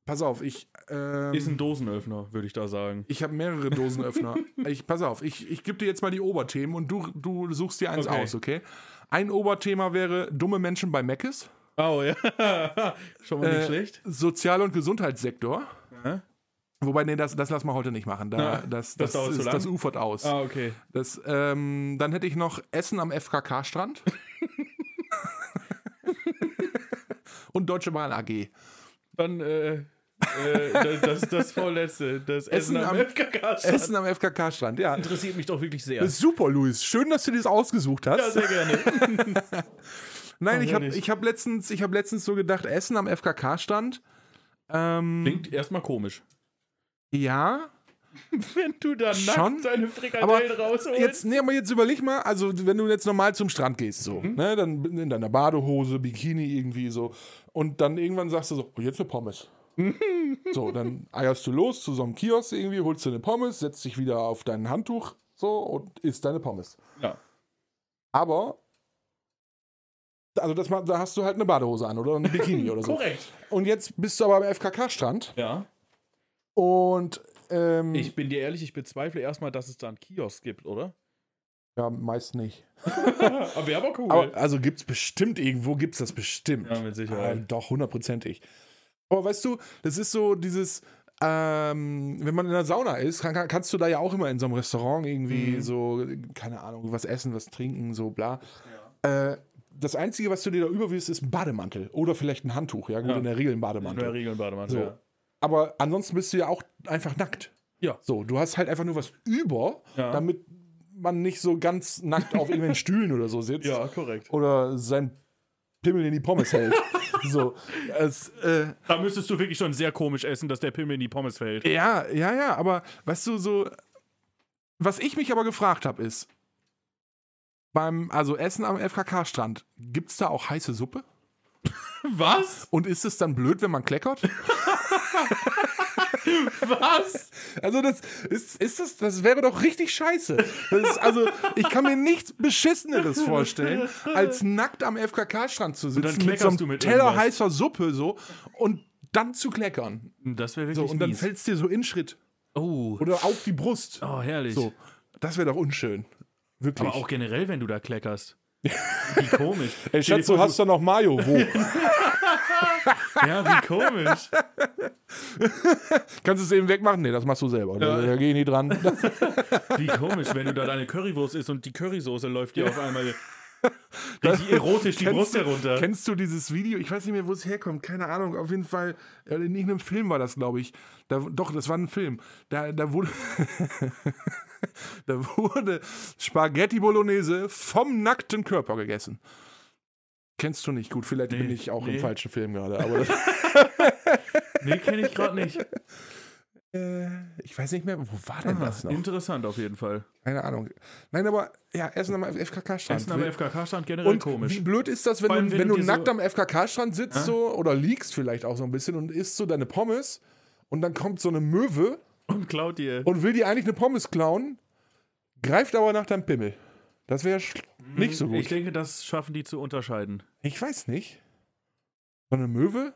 pass auf, ich. Ähm, Ist ein Dosenöffner, würde ich da sagen. Ich habe mehrere [LAUGHS] Dosenöffner. ich, pass auf, ich, ich gebe dir jetzt mal die Oberthemen und du, du suchst dir eins Okay. aus, okay? Ein Oberthema wäre dumme Menschen bei Meckes, Oh ja. [LAUGHS] schon mal Äh, nicht schlecht. Sozial- und Gesundheitssektor. Ja. Wobei, nee, das, das lassen wir heute nicht machen. Da, Ja, das das das, dauert zu ist, lang. das ufert aus. Ah, okay. Das, ähm, dann hätte ich noch Essen [LAUGHS] am FKK-Strand. und Deutsche Bahn AG. Dann, äh, äh, das, das vorletzte. Das Essen, Essen am, am- FKK. Essen am FKK-Strand, ja. interessiert mich doch wirklich sehr. Das ist super, Luis. Schön, dass du das ausgesucht hast. Ja, sehr [LAUGHS] gerne. Nein, ich ja, habe nicht. ich hab letztens, ich hab letztens so gedacht, Essen am FKK-Stand. Ähm, Klingt erstmal komisch. ja, Wenn du dann Schon? nackt deine aber Frikadellen rausholst. jetzt, nee, aber jetzt überleg mal, also wenn du jetzt normal zum Strand gehst, so, Mhm. ne, dann in deiner Badehose, Bikini irgendwie so, und dann irgendwann sagst du so, oh, jetzt [LAUGHS] eine Pommes. so, dann eierst du los zu so einem Kiosk irgendwie, holst dir eine Pommes, setzt dich wieder auf dein Handtuch, so, und isst deine Pommes. Ja. Aber, also das, ma- da hast du halt eine Badehose an oder [LAUGHS] ein Bikini oder so. Korrekt. Und jetzt bist du aber am FKK-Strand Ja. und ähm, Ich bin dir ehrlich, ich bezweifle erstmal, dass es da einen Kiosk gibt, oder? ja, meist nicht. [LAUGHS] Aber wäre aber cool. Aber, also gibt's bestimmt irgendwo, gibt's das bestimmt. ja, mit Ah, Sicherheit. doch, hundertprozentig. Aber weißt du, das ist so dieses, ähm, wenn man in der Sauna ist, kann, kann, kannst du da ja auch immer in so einem Restaurant irgendwie Mhm. so, keine Ahnung, was essen, was trinken, so bla. Äh, das Einzige, was du dir da überwiegst, ist ein Bademantel oder vielleicht ein Handtuch. Ja, gut, Ja. in der Regel ein Nur der Bademantel. Regeln, Bademantel. So. Ja. Aber ansonsten bist du ja auch einfach nackt. Ja. So, du hast halt einfach nur was über, Ja. damit man nicht so ganz nackt [LAUGHS] auf irgendwelchen Stühlen oder so sitzt. ja, korrekt. Oder sein Pimmel in die [LAUGHS] Pommes hält. so. Es, äh, Da müsstest du wirklich schon sehr komisch essen, dass der Pimmel in die Pommes fällt. [LAUGHS] ja, ja, ja, aber weißt du, so. Was ich mich aber gefragt habe, ist: beim, also Essen am FKK-Strand, gibt es da auch heiße Suppe? Was? Und ist es dann blöd, wenn man kleckert? Was? Also das ist, ist das, das wäre doch richtig scheiße. Das ist, also ich kann mir nichts beschisseneres vorstellen, als nackt am FKK-Strand zu sitzen dann mit kleckerst so einem du mit Teller irgendwas. heißer Suppe so und dann zu kleckern. Das wäre So, wirklich und dann mies. fällt es dir so in Schritt oh. oder auf die Brust. oh, herrlich. So, das wäre doch unschön. Wirklich. Aber auch generell, wenn du da kleckerst. [LAUGHS] Wie komisch. Ey, Schatz, Stell du dir vor, hast doch noch Mayo. Wo? Ja, wie komisch. [LAUGHS] Kannst du es eben wegmachen? Nee, das machst du selber. Da, da geh ich nie dran. Das, Wie komisch, wenn du da deine Currywurst isst und die Currysoße läuft dir auf [LAUGHS] einmal richtig erotisch die Brust herunter. Kennst du dieses Video? Ich weiß nicht mehr, wo es herkommt. Keine Ahnung. Auf jeden Fall, äh, in irgendeinem Film war das, glaube ich. Da, doch, das war ein Film. Da, da wurde. [LAUGHS] da wurde Spaghetti Bolognese vom nackten Körper gegessen. Kennst du nicht? Gut, vielleicht bin ich auch im nee. falschen Film gerade. Aber das, [LAUGHS] Nee, kenne ich gerade nicht. äh, ich weiß nicht mehr, wo war denn Ah, das noch? Interessant auf jeden Fall. Keine Ahnung. Nein, aber ja, Essen am FKK-Strand. Essen am FKK-Stand generell Und komisch. wie blöd ist das, wenn, Vor allem, du, wenn wenn du dir so- nackt am FKK-Strand sitzt so oder liegst vielleicht auch so ein bisschen und isst so deine Pommes und dann kommt so eine Möwe und klaut dir. und will dir eigentlich eine Pommes klauen, greift aber nach deinem Pimmel. Das wäre nicht so gut. Mhm, Ich Ich, denke, das schaffen die zu unterscheiden. weiß nicht. Von [LAUGHS] einer Möwe?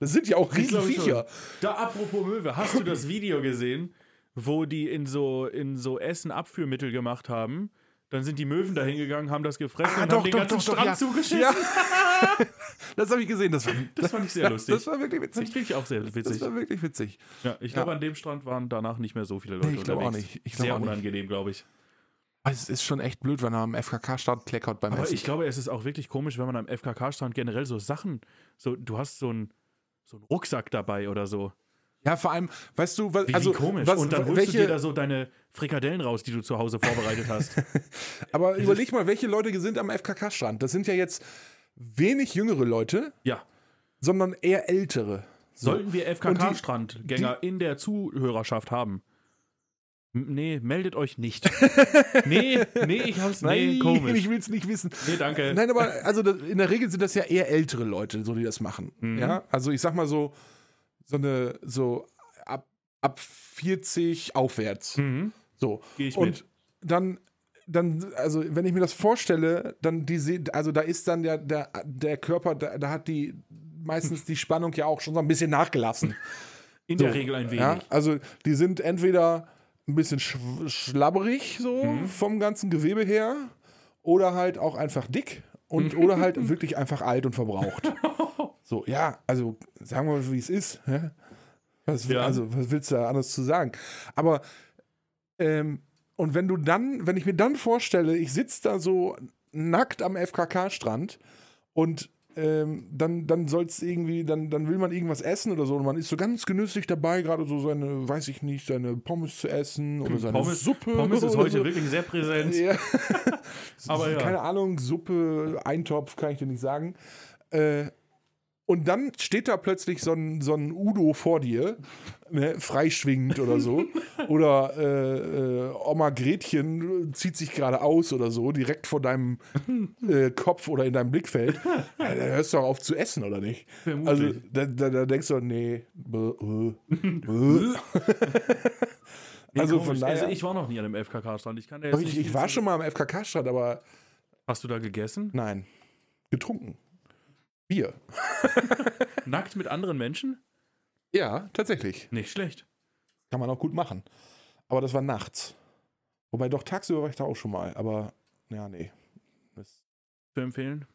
das sind ja auch Ich riesige glaub Viecher. schon. Da apropos Möwe, hast du das Video gesehen, wo die in so in so Essen Abführmittel gemacht haben? Dann sind die Möwen da hingegangen, haben das gefressen Ah, und haben den ganzen Strand zugeschissen. [LAUGHS] ja. Das habe ich gesehen. Das, war, Das fand ich sehr lustig. Das war wirklich Das witzig. finde ich auch sehr Das witzig. war wirklich witzig. Ja, ich glaube, an dem Strand waren danach nicht mehr so viele Leute Nee, ich glaube auch unterwegs. nicht. Ich glaube sehr auch nicht. unangenehm, glaube ich. Aber Also, Es ist schon echt blöd, wenn man am FKK-Start kleckert beim Aber Essen. ich glaube, es ist auch wirklich komisch, wenn man am FKK-Strand generell so Sachen, so du hast so einen so einen Rucksack dabei oder so. ja, vor allem, weißt du, was, Wie, also wie komisch. Was, und dann holst welche, du dir da so deine Frikadellen raus, die du zu Hause vorbereitet [LAUGHS] hast. aber überleg mal, welche Leute sind am FKK-Strand? Das sind ja jetzt wenig jüngere Leute, ja. sondern eher ältere. So. Sollten wir Und die- FKK-Strandgänger in der Zuhörerschaft haben? M- Nee, meldet euch [LAUGHS] nicht. nee, nee, ich hab's. Nee, Nein, komisch. [LAUGHS] ich will es nicht wissen. Nee, danke. Nein, aber also das, in der Regel sind das ja eher ältere Leute, so die das machen. Mhm. Ja, also ich sag mal so so eine so ab, ab 40 aufwärts. Mhm. So Geh ich und mit. dann dann also wenn ich mir das vorstelle, dann die se- also da ist dann ja der der Körper da, da hat die meistens die Spannung ja auch schon so ein bisschen nachgelassen. In der Regel ein wenig. Ja, also die sind entweder ein bisschen sch schlabberig so Mhm. vom ganzen Gewebe her oder halt auch einfach dick und [LAUGHS] oder halt wirklich einfach alt und verbraucht. So, ja, also sagen wir mal, wie es ist. Ja? Was, Ja. Also, was willst du da anders zu sagen? Aber ähm, und wenn du dann, wenn ich mir dann vorstelle, ich sitze da so nackt am FKK-Strand und ähm, dann, dann soll's irgendwie, dann, dann will man irgendwas essen oder so und man ist so ganz genüsslich dabei, gerade so seine, weiß ich nicht, seine Pommes zu essen oder seine Hm, Pommes, Suppe. Pommes ist oder heute [LAUGHS] so. wirklich sehr präsent. Ja. [LAUGHS] Aber ja. Keine Ahnung, Suppe, Eintopf, kann ich dir nicht sagen. Äh, und dann steht da plötzlich so ein, so ein Udo vor dir, ne, freischwingend [LAUGHS] oder so. oder äh, äh, Oma Gretchen zieht sich gerade aus oder so, direkt [LAUGHS] vor deinem äh, Kopf oder in deinem Blickfeld. Ja, da hörst du doch auf zu essen, oder nicht? Vermutlich. Also da, da, da denkst du, nee. bäh, [LAUGHS] äh, bäh. Nee, also komisch. von daher. Also ich war noch nie an einem FKK-Strand. Ich kann da jetzt Doch, ich, nicht ich viel war zu- schon mal am FKK-Strand, aber Hast du da gegessen? nein. Getrunken. Bier. Nackt mit anderen Menschen? Ja, tatsächlich. Nicht schlecht. Kann man auch gut machen. Aber das war nachts. Wobei doch tagsüber war ich da auch schon mal, aber ja, nee. Das, Zu empfehlen.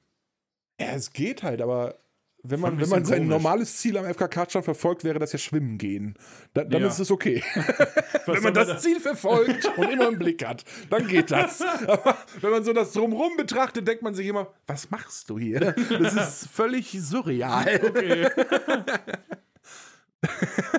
ja, es geht halt, aber wenn man, ein wenn man bisschen sein komisch. normales Ziel am FKK-Strand verfolgt, wäre das ja Schwimmen gehen. Da, dann Ja. ist es okay. Was wenn man soll das Ziel verfolgt und immer im Blick hat, dann [LAUGHS] geht das. Aber wenn man so das Drumrum betrachtet, denkt man sich immer, was machst du hier? Das ist völlig surreal. da- Okay. [LAUGHS]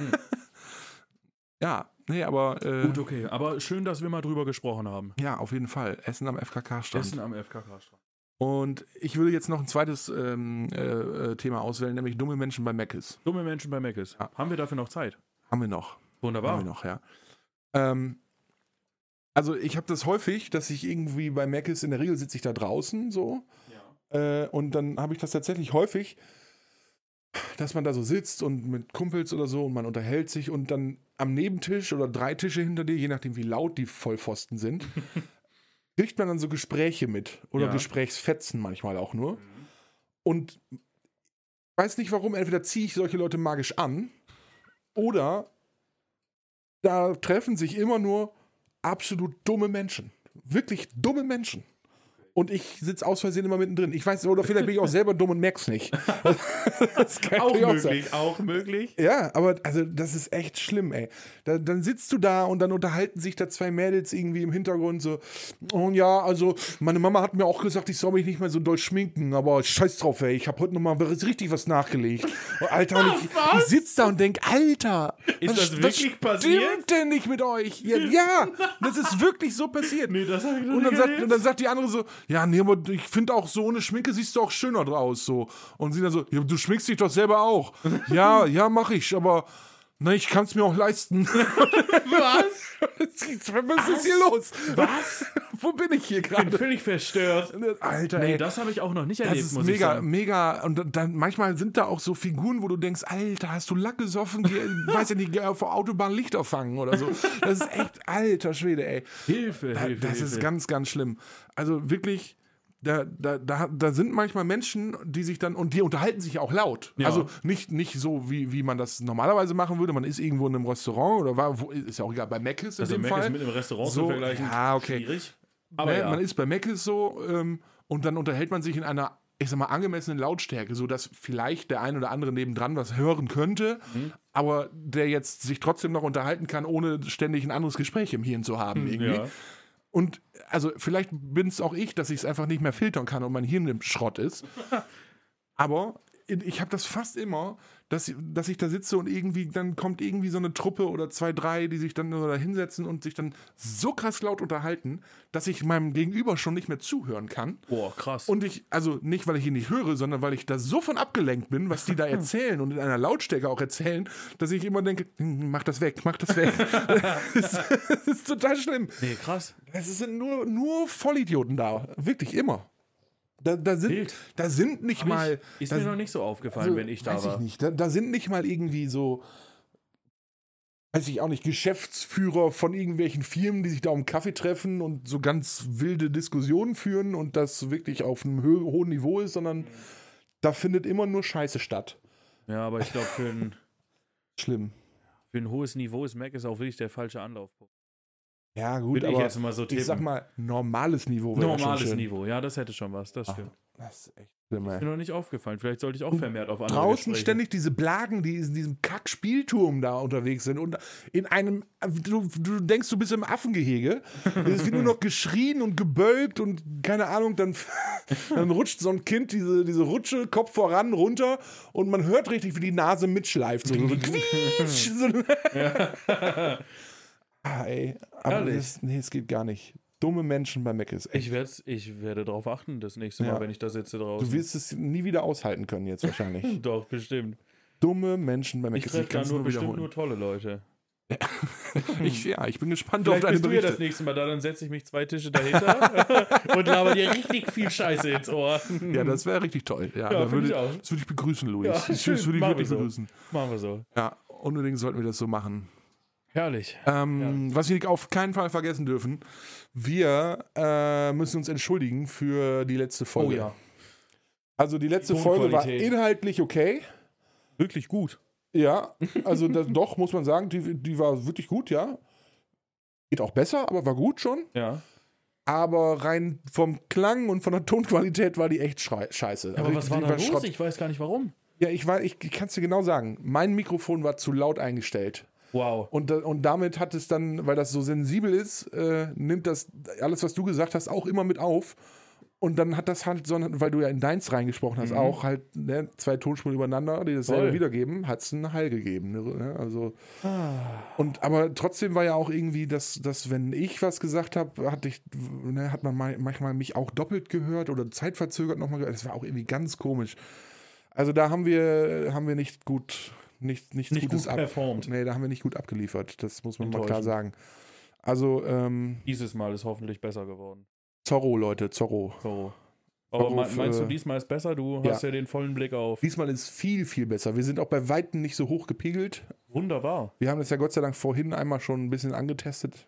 Ja, nee, aber äh, Gut, okay. Aber schön, dass wir mal drüber gesprochen haben. ja, auf jeden Fall. Essen am FKK-Strand. Essen am FKK-Strand. Und ich würde jetzt noch ein zweites ähm, äh, äh, Thema auswählen, nämlich dumme Menschen bei Meckes. Dumme Menschen bei Meckes. Ja. Haben wir dafür noch Zeit? Haben wir noch. Wunderbar. Haben wir noch, ja. Ähm, also ich habe das häufig, dass ich irgendwie bei Meckes, in der Regel sitze ich da draußen so. Äh, und dann habe ich das tatsächlich häufig, dass man da so sitzt und mit Kumpels oder so und man unterhält sich und dann am Nebentisch oder drei Tische hinter dir, je nachdem wie laut die Vollpfosten sind, kriegt man dann so Gespräche mit oder Ja. Gesprächsfetzen manchmal auch nur. Und weiß nicht warum, entweder ziehe ich solche Leute magisch an oder da treffen sich immer nur absolut dumme Menschen. Wirklich dumme Menschen. Und ich sitze aus Versehen immer mittendrin. Ich weiß, oder vielleicht bin ich auch selber dumm und merk's nicht. das kann Auch natürlich sein. möglich, auch [LAUGHS] möglich. Ja, aber also das ist echt schlimm, ey. Da, dann sitzt du da und dann unterhalten sich da zwei Mädels irgendwie im Hintergrund so, oh ja, also meine Mama hat mir auch gesagt, ich soll mich nicht mehr so doll schminken, aber scheiß drauf, ey, ich habe heute nochmal richtig was nachgelegt. Und Alter, [LAUGHS] und ich, ich sitz da und denk, Alter, Ist das was, wirklich was Stimmt passiert? denn nicht mit euch? Ja, ja das ist wirklich so passiert. Nee, das hab ich noch und, dann nie sagt, erlebt. und dann sagt die andere so, ja, nee, aber ich finde auch so ohne Schminke siehst du auch schöner draus so. Und sie dann so, ja, du schminkst dich doch [LAUGHS] selber auch. ja, ja, mache ich, aber na, ich kann es mir auch leisten. [LAUGHS] Was? [LAUGHS] Was ist hier los? Was? Wo bin ich hier Ich bin gerade? völlig verstört. Alter, Nee, ey. das habe ich auch noch nicht Das erlebt, ist muss ich mega, sagen. mega. Und dann- dann manchmal sind da auch so Figuren, wo du denkst, Alter, hast du Lack gesoffen? Geh, [LAUGHS] weiß ja nicht, geh auf der Autobahn Lichter fangen oder so. Das ist echt, alter Schwede, ey. Hilfe, Da- Hilfe, das Hilfe. ist ganz, ganz schlimm. Also wirklich, da, da, da, da sind manchmal Menschen, die sich dann, und die unterhalten sich auch laut. Ja. Also nicht, nicht so, wie, wie man das normalerweise machen würde. Man ist irgendwo in einem Restaurant oder war, wo, ist ja auch egal, bei Mc's in Also dem Mac Fall. ist mit einem Restaurant So, zu vergleichen. ja, okay. Schwierig. Aber ne, ja. man ist bei Mc's so ähm, und dann unterhält man sich in einer, ich sag mal, angemessenen Lautstärke, sodass vielleicht der ein oder andere nebendran was hören könnte, Mhm. aber der jetzt sich trotzdem noch unterhalten kann, ohne ständig ein anderes Gespräch im Hirn zu haben. irgendwie. Mhm, ja. Und also vielleicht bin es auch ich, dass ich es einfach nicht mehr filtern kann und mein Hirn im Schrott ist. Aber in- ich habe das fast immer, dass, dass ich da sitze und irgendwie, dann kommt irgendwie so eine Truppe oder zwei, drei, die sich dann so da hinsetzen und sich dann so krass laut unterhalten, dass ich meinem Gegenüber schon nicht mehr zuhören kann. Boah, krass. Und ich, also nicht, weil ich ihn nicht höre, sondern weil ich da so von abgelenkt bin, was die da erzählen und in einer Lautstärke auch erzählen, dass ich immer denke, "Hm, mach das weg, mach das weg. [LAUGHS] das, ist, das ist total schlimm. nee, krass. Es sind nur, nur Vollidioten da. Wirklich immer. Da, da, sind, Wild. da sind nicht Hab mal. ich, ist da, mir noch nicht so aufgefallen, wenn ich da weiß war. Ich nicht, da, da sind nicht mal irgendwie so. Weiß ich auch nicht, Geschäftsführer von irgendwelchen Firmen, die sich da um Kaffee treffen und so ganz wilde Diskussionen führen und das wirklich auf einem hö- hohen Niveau ist, sondern da findet immer nur Scheiße statt. Ja, aber ich glaube, für ein, Schlimm. für ein hohes Niveau ist Mac ist auch wirklich der falsche Anlaufpunkt. Ja, gut, Würde ich aber jetzt mal so tippen. ich sag mal, normales Niveau wäre schon Normales schön. Ah. Niveau, ja, das hätte schon was, das Ach, stimmt. Das ist echt schlimm, ey. Ist mir noch nicht aufgefallen. Vielleicht sollte ich auch vermehrt auf andere draußen Gespräche. ständig diese Blagen, die in diesem Kackspielturm da unterwegs sind und in einem, du, du denkst, du bist im Affengehege. Es wird nur noch geschrien und gebölkt und keine Ahnung, dann, [LAUGHS] dann rutscht so ein Kind diese, diese Rutsche, Kopf voran, runter und man hört richtig, wie die Nase mitschleift. So, so, [LAUGHS] so, quietsch, so. [LAUGHS] ah, ey, aber Herrlich. das, nee, es geht gar nicht. Dumme Menschen bei Mac ist echt. Ich, werd's, ich werde darauf achten, das nächste Mal, Ja. wenn ich da sitze draußen. Du wirst es nie wieder aushalten können jetzt [LAUGHS] wahrscheinlich. Doch, bestimmt. Dumme Menschen bei Mac Ich ist treffe da kann's nur nur bestimmt wiederholen. nur tolle Leute. Ich, ja, ich bin gespannt Hm. Vielleicht auf deine bist du ja das Berichte. nächste Mal da, dann setze ich mich zwei Tische dahinter [LAUGHS] und laber dir richtig viel Scheiße ins Ohr. ja, das wäre richtig toll. Ja, Hm. Ja, da find würde, ich auch. Das würde ich begrüßen, Luis. [LAUGHS] Ja, das das schön, würde ich machen wirklich wir so. begrüßen. Machen wir so. Ja, unbedingt sollten wir das so machen. Herrlich. Ähm, Was wir auf keinen Fall vergessen dürfen, wir äh, müssen uns entschuldigen für die letzte Oh Folge. Also die letzte Die Folge war Tonqualität. inhaltlich okay. Wirklich gut. Ja, also das, doch, muss man sagen, die, die war wirklich gut, ja. Geht auch besser, aber war gut schon. Ja. Aber rein vom Klang und von der Tonqualität war die echt schrei- scheiße. Aber Also was die- war die da los? Schrott. Ich weiß gar nicht warum. Ja, ich, war- ich kann es dir genau sagen. Mein Mikrofon war zu laut eingestellt. Wow. Und, da- und damit hat es dann, weil das so sensibel ist, äh, nimmt das alles, was du gesagt hast, auch immer mit auf. Und dann hat das halt, so, eine- weil du ja in deins reingesprochen hast, auch halt ne, zwei Tonspuren übereinander, die dasselbe Mhm. Voll. Ah. wiedergeben, hat es einen Heil gegeben. Ne? Also, und, aber trotzdem war ja auch irgendwie, dass, dass wenn ich was gesagt habe, hatte ich, ne, hat man mal- manchmal mich auch doppelt gehört oder zeitverzögert nochmal gehört. Das war auch irgendwie ganz komisch. Also da haben wir, haben wir nicht gut, nicht, nichts Nicht Gutes gut performt. Nee, da haben wir nicht gut abgeliefert. Das muss man mal Enttäuschend. klar sagen. Also, ähm, Dieses Mal ist hoffentlich besser geworden. Zorro, Leute, Zorro. So. Aber Warum me- meinst du, für- diesmal ist besser? Du Ja. hast ja den vollen Blick auf. Diesmal ist viel, viel besser. Wir sind auch bei Weitem nicht so hoch gepegelt. Wunderbar. Wir haben das ja Gott sei Dank vorhin einmal schon ein bisschen angetestet.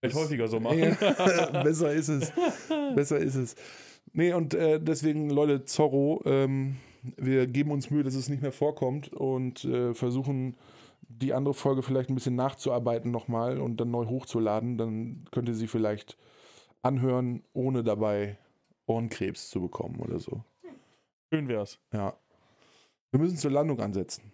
Vielleicht häufiger so machen. Ja, [LAUGHS] besser ist es. Besser ist es. Nee, und äh, deswegen, Leute, Zorro, ähm, wir geben uns Mühe, dass es nicht mehr vorkommt und äh, versuchen, die andere Folge vielleicht ein bisschen nachzuarbeiten nochmal und dann neu hochzuladen. Dann könnt ihr sie vielleicht anhören, ohne dabei Ohrenkrebs zu bekommen oder so. [LAUGHS] Schön wär's. Ja. Wir müssen zur Landung ansetzen.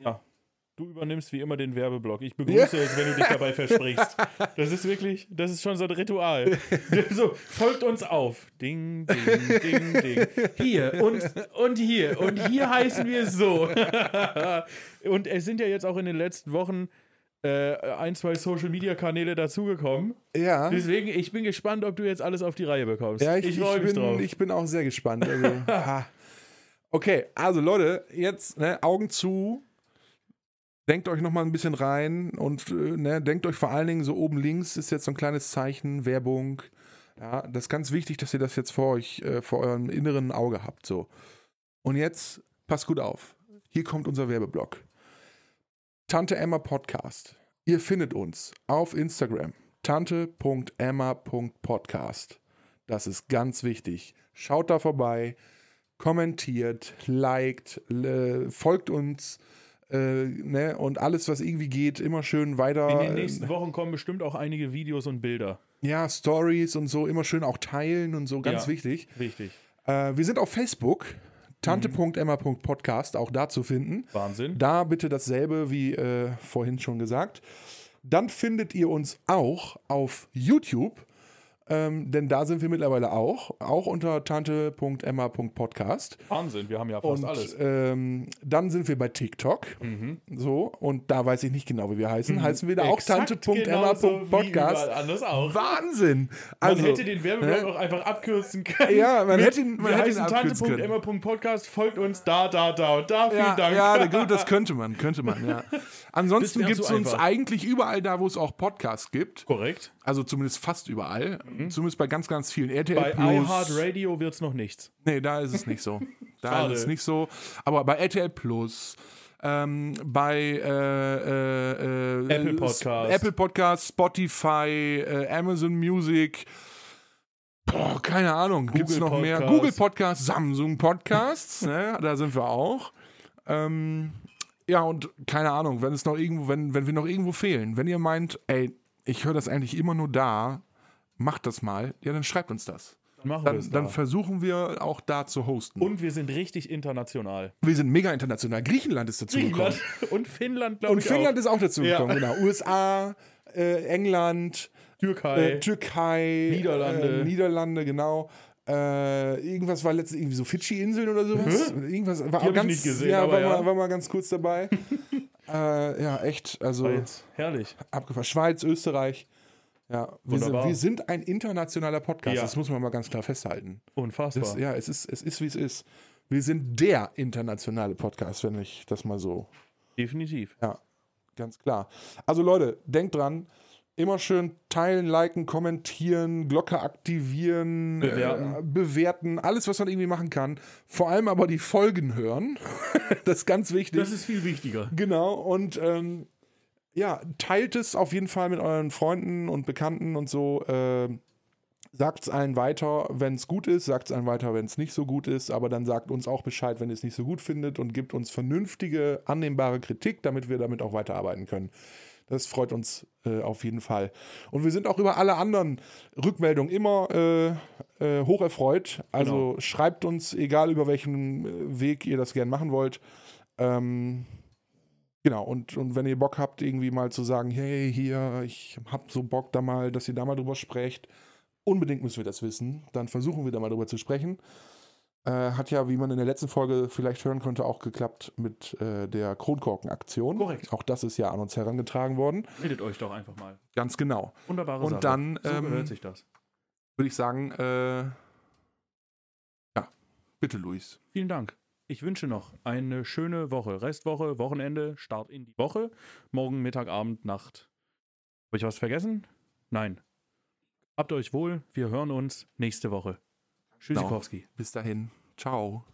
Du übernimmst wie immer den Werbeblock. Ich begrüße es, wenn du dich dabei versprichst. Das ist wirklich, das ist schon so ein Ritual. [LAUGHS] So, folgt uns auf. Ding, ding, ding, ding. Hier und, und hier. Und hier heißen wir so. [LAUGHS] Und es sind ja jetzt auch in den letzten Wochen äh, ein, zwei Social-Media-Kanäle dazugekommen. Ja. Deswegen, ich bin gespannt, ob du jetzt alles auf die Reihe bekommst. Ah. Ja, ich, ich, freu bin, ich bin auch sehr gespannt. Also, ha. okay, also Leute, jetzt ne, Augen zu. Denkt euch nochmal ein bisschen rein und äh, ne, denkt euch vor allen Dingen so oben links ist jetzt so ein kleines Zeichen, Werbung. Ja, das ist ganz wichtig, dass ihr das jetzt vor euch, äh, vor eurem inneren Auge habt. So. Und jetzt passt gut auf. Hier kommt unser Werbeblock. Tante Emma Podcast. Ihr findet uns auf Instagram. Tante.emma.podcast. Das ist ganz wichtig. Schaut da vorbei, kommentiert, liked, äh, folgt uns äh, ne? und alles, was irgendwie geht, immer schön weiter. In den äh, nächsten Wochen kommen bestimmt auch einige Videos und Bilder. ja, Stories und so, immer schön auch teilen und so, ganz Ja. wichtig. Richtig. Äh, wir sind auf Facebook, tante.emma.podcast, auch da zu finden. Wahnsinn. Da bitte dasselbe wie äh, vorhin schon gesagt. Dann findet ihr uns auch auf YouTube, ähm, denn da sind wir mittlerweile auch, auch unter tante.emma.podcast. Wahnsinn, wir haben ja fast Und alles. Mhm. ähm, dann sind wir bei TikTok. So, und da weiß ich nicht genau, wie wir heißen. Heißen wir da auch tante.emma.podcast. Anders auch. Man Wahnsinn! Also, hätte den Werbeblock auch einfach abkürzen können. Ja, man mit, hätte ihn- man wir hätte ihn heißen abkürzen können. Tante.emma.podcast, folgt uns da, da, da und da. Vielen ja, Dank. ja, gut, das könnte man, könnte man, [LAUGHS] ja. Ansonsten Das wär gibt so es uns einfach. eigentlich überall da, wo es auch Podcasts gibt. Korrekt. Also zumindest fast überall. Zumindest bei ganz, ganz vielen RTL Mhm. Bei Plus. iHeartRadio wird es noch nichts. Nee, da ist es [LAUGHS] nicht so. Da Schade. ist es nicht so. Aber bei RTL Plus, ähm, bei äh, äh, äh, Apple Podcast. S- Apple Podcast, Spotify, äh, Amazon Music. Boah, keine Ahnung. Gibt es noch Google mehr? Podcast. Google Podcasts, Samsung Podcasts. [LAUGHS] ne? Da sind wir auch. Ähm, ja, und keine Ahnung, wenn es noch irgendwo, wenn, wenn wir noch irgendwo fehlen, wenn ihr meint, ey, ich höre das eigentlich immer nur da, macht das mal, ja, dann schreibt uns das. Dann machen wir Dann, es dann da. versuchen wir auch da zu hosten. Und wir sind richtig international. wir sind mega international. Griechenland ist dazu gekommen. [LAUGHS] und Finnland, glaube Und ich Finnland auch. ist auch dazu Ja. gekommen, genau. USA, äh, England, Türkei. äh, Türkei, Niederlande. äh, Niederlande, genau. Äh, irgendwas war letztens irgendwie so Fidschi-Inseln oder sowas. Irgendwas war hab auch ich ganz, nicht gesehen, ja, aber war, ja. Mal, war mal ganz [LAUGHS] kurz dabei. äh, ja, echt. Also Schweiz. Herrlich. abgefahren. Schweiz, Österreich. Ja, wir sind, Wunderbar. wir sind ein internationaler Podcast. Ja. Das muss man mal ganz klar festhalten. Unfassbar. Das, ja, es ist, es ist, wie es ist. Wir sind der internationale Podcast, wenn ich das mal so. Definitiv. Ja, ganz klar. Also Leute, denkt dran, immer schön teilen, liken, kommentieren, Glocke aktivieren, Bewerten. Äh, bewerten, alles, was man irgendwie machen kann. Vor allem aber die Folgen hören. [LAUGHS] das ist ganz wichtig. ist viel wichtiger. Genau, und ähm, ja, teilt es auf jeden Fall mit euren Freunden und Bekannten und so. ähm, sagt es allen weiter, wenn es gut ist, sagt es allen weiter, wenn es nicht so gut ist, aber dann sagt uns auch Bescheid, wenn ihr es nicht so gut findet und gibt uns vernünftige, annehmbare Kritik, damit wir damit auch weiterarbeiten können. Das freut uns äh, auf jeden Fall. Und wir sind auch über alle anderen Rückmeldungen immer äh, äh, hoch erfreut. Also schreibt uns, egal über welchen äh, Weg ihr das gern machen wollt. Ähm, Genau, und, und wenn ihr Bock habt, irgendwie mal zu sagen, hey, hier, ich hab so Bock da mal, dass ihr da mal drüber sprecht, unbedingt müssen wir das wissen, dann versuchen wir da mal drüber zu sprechen. Äh, hat ja, wie man in der letzten Folge vielleicht hören konnte, auch geklappt mit äh, der Kronkorkenaktion. Korrekt. Auch das ist ja an uns herangetragen worden. Meldet euch doch einfach mal. Ganz genau. Wunderbare Und Sache. dann, so ähm, gehört sich das. Würde ich sagen, äh, ja, bitte, Luis. Vielen Dank. Ich wünsche noch eine schöne Woche. Restwoche, Wochenende, Start in die Woche. Morgen, Mittag, Abend, Nacht. Habe ich was vergessen? Nein. Habt euch wohl. Wir hören uns nächste Woche. Tschüssikowski. Bis dahin. Ciao.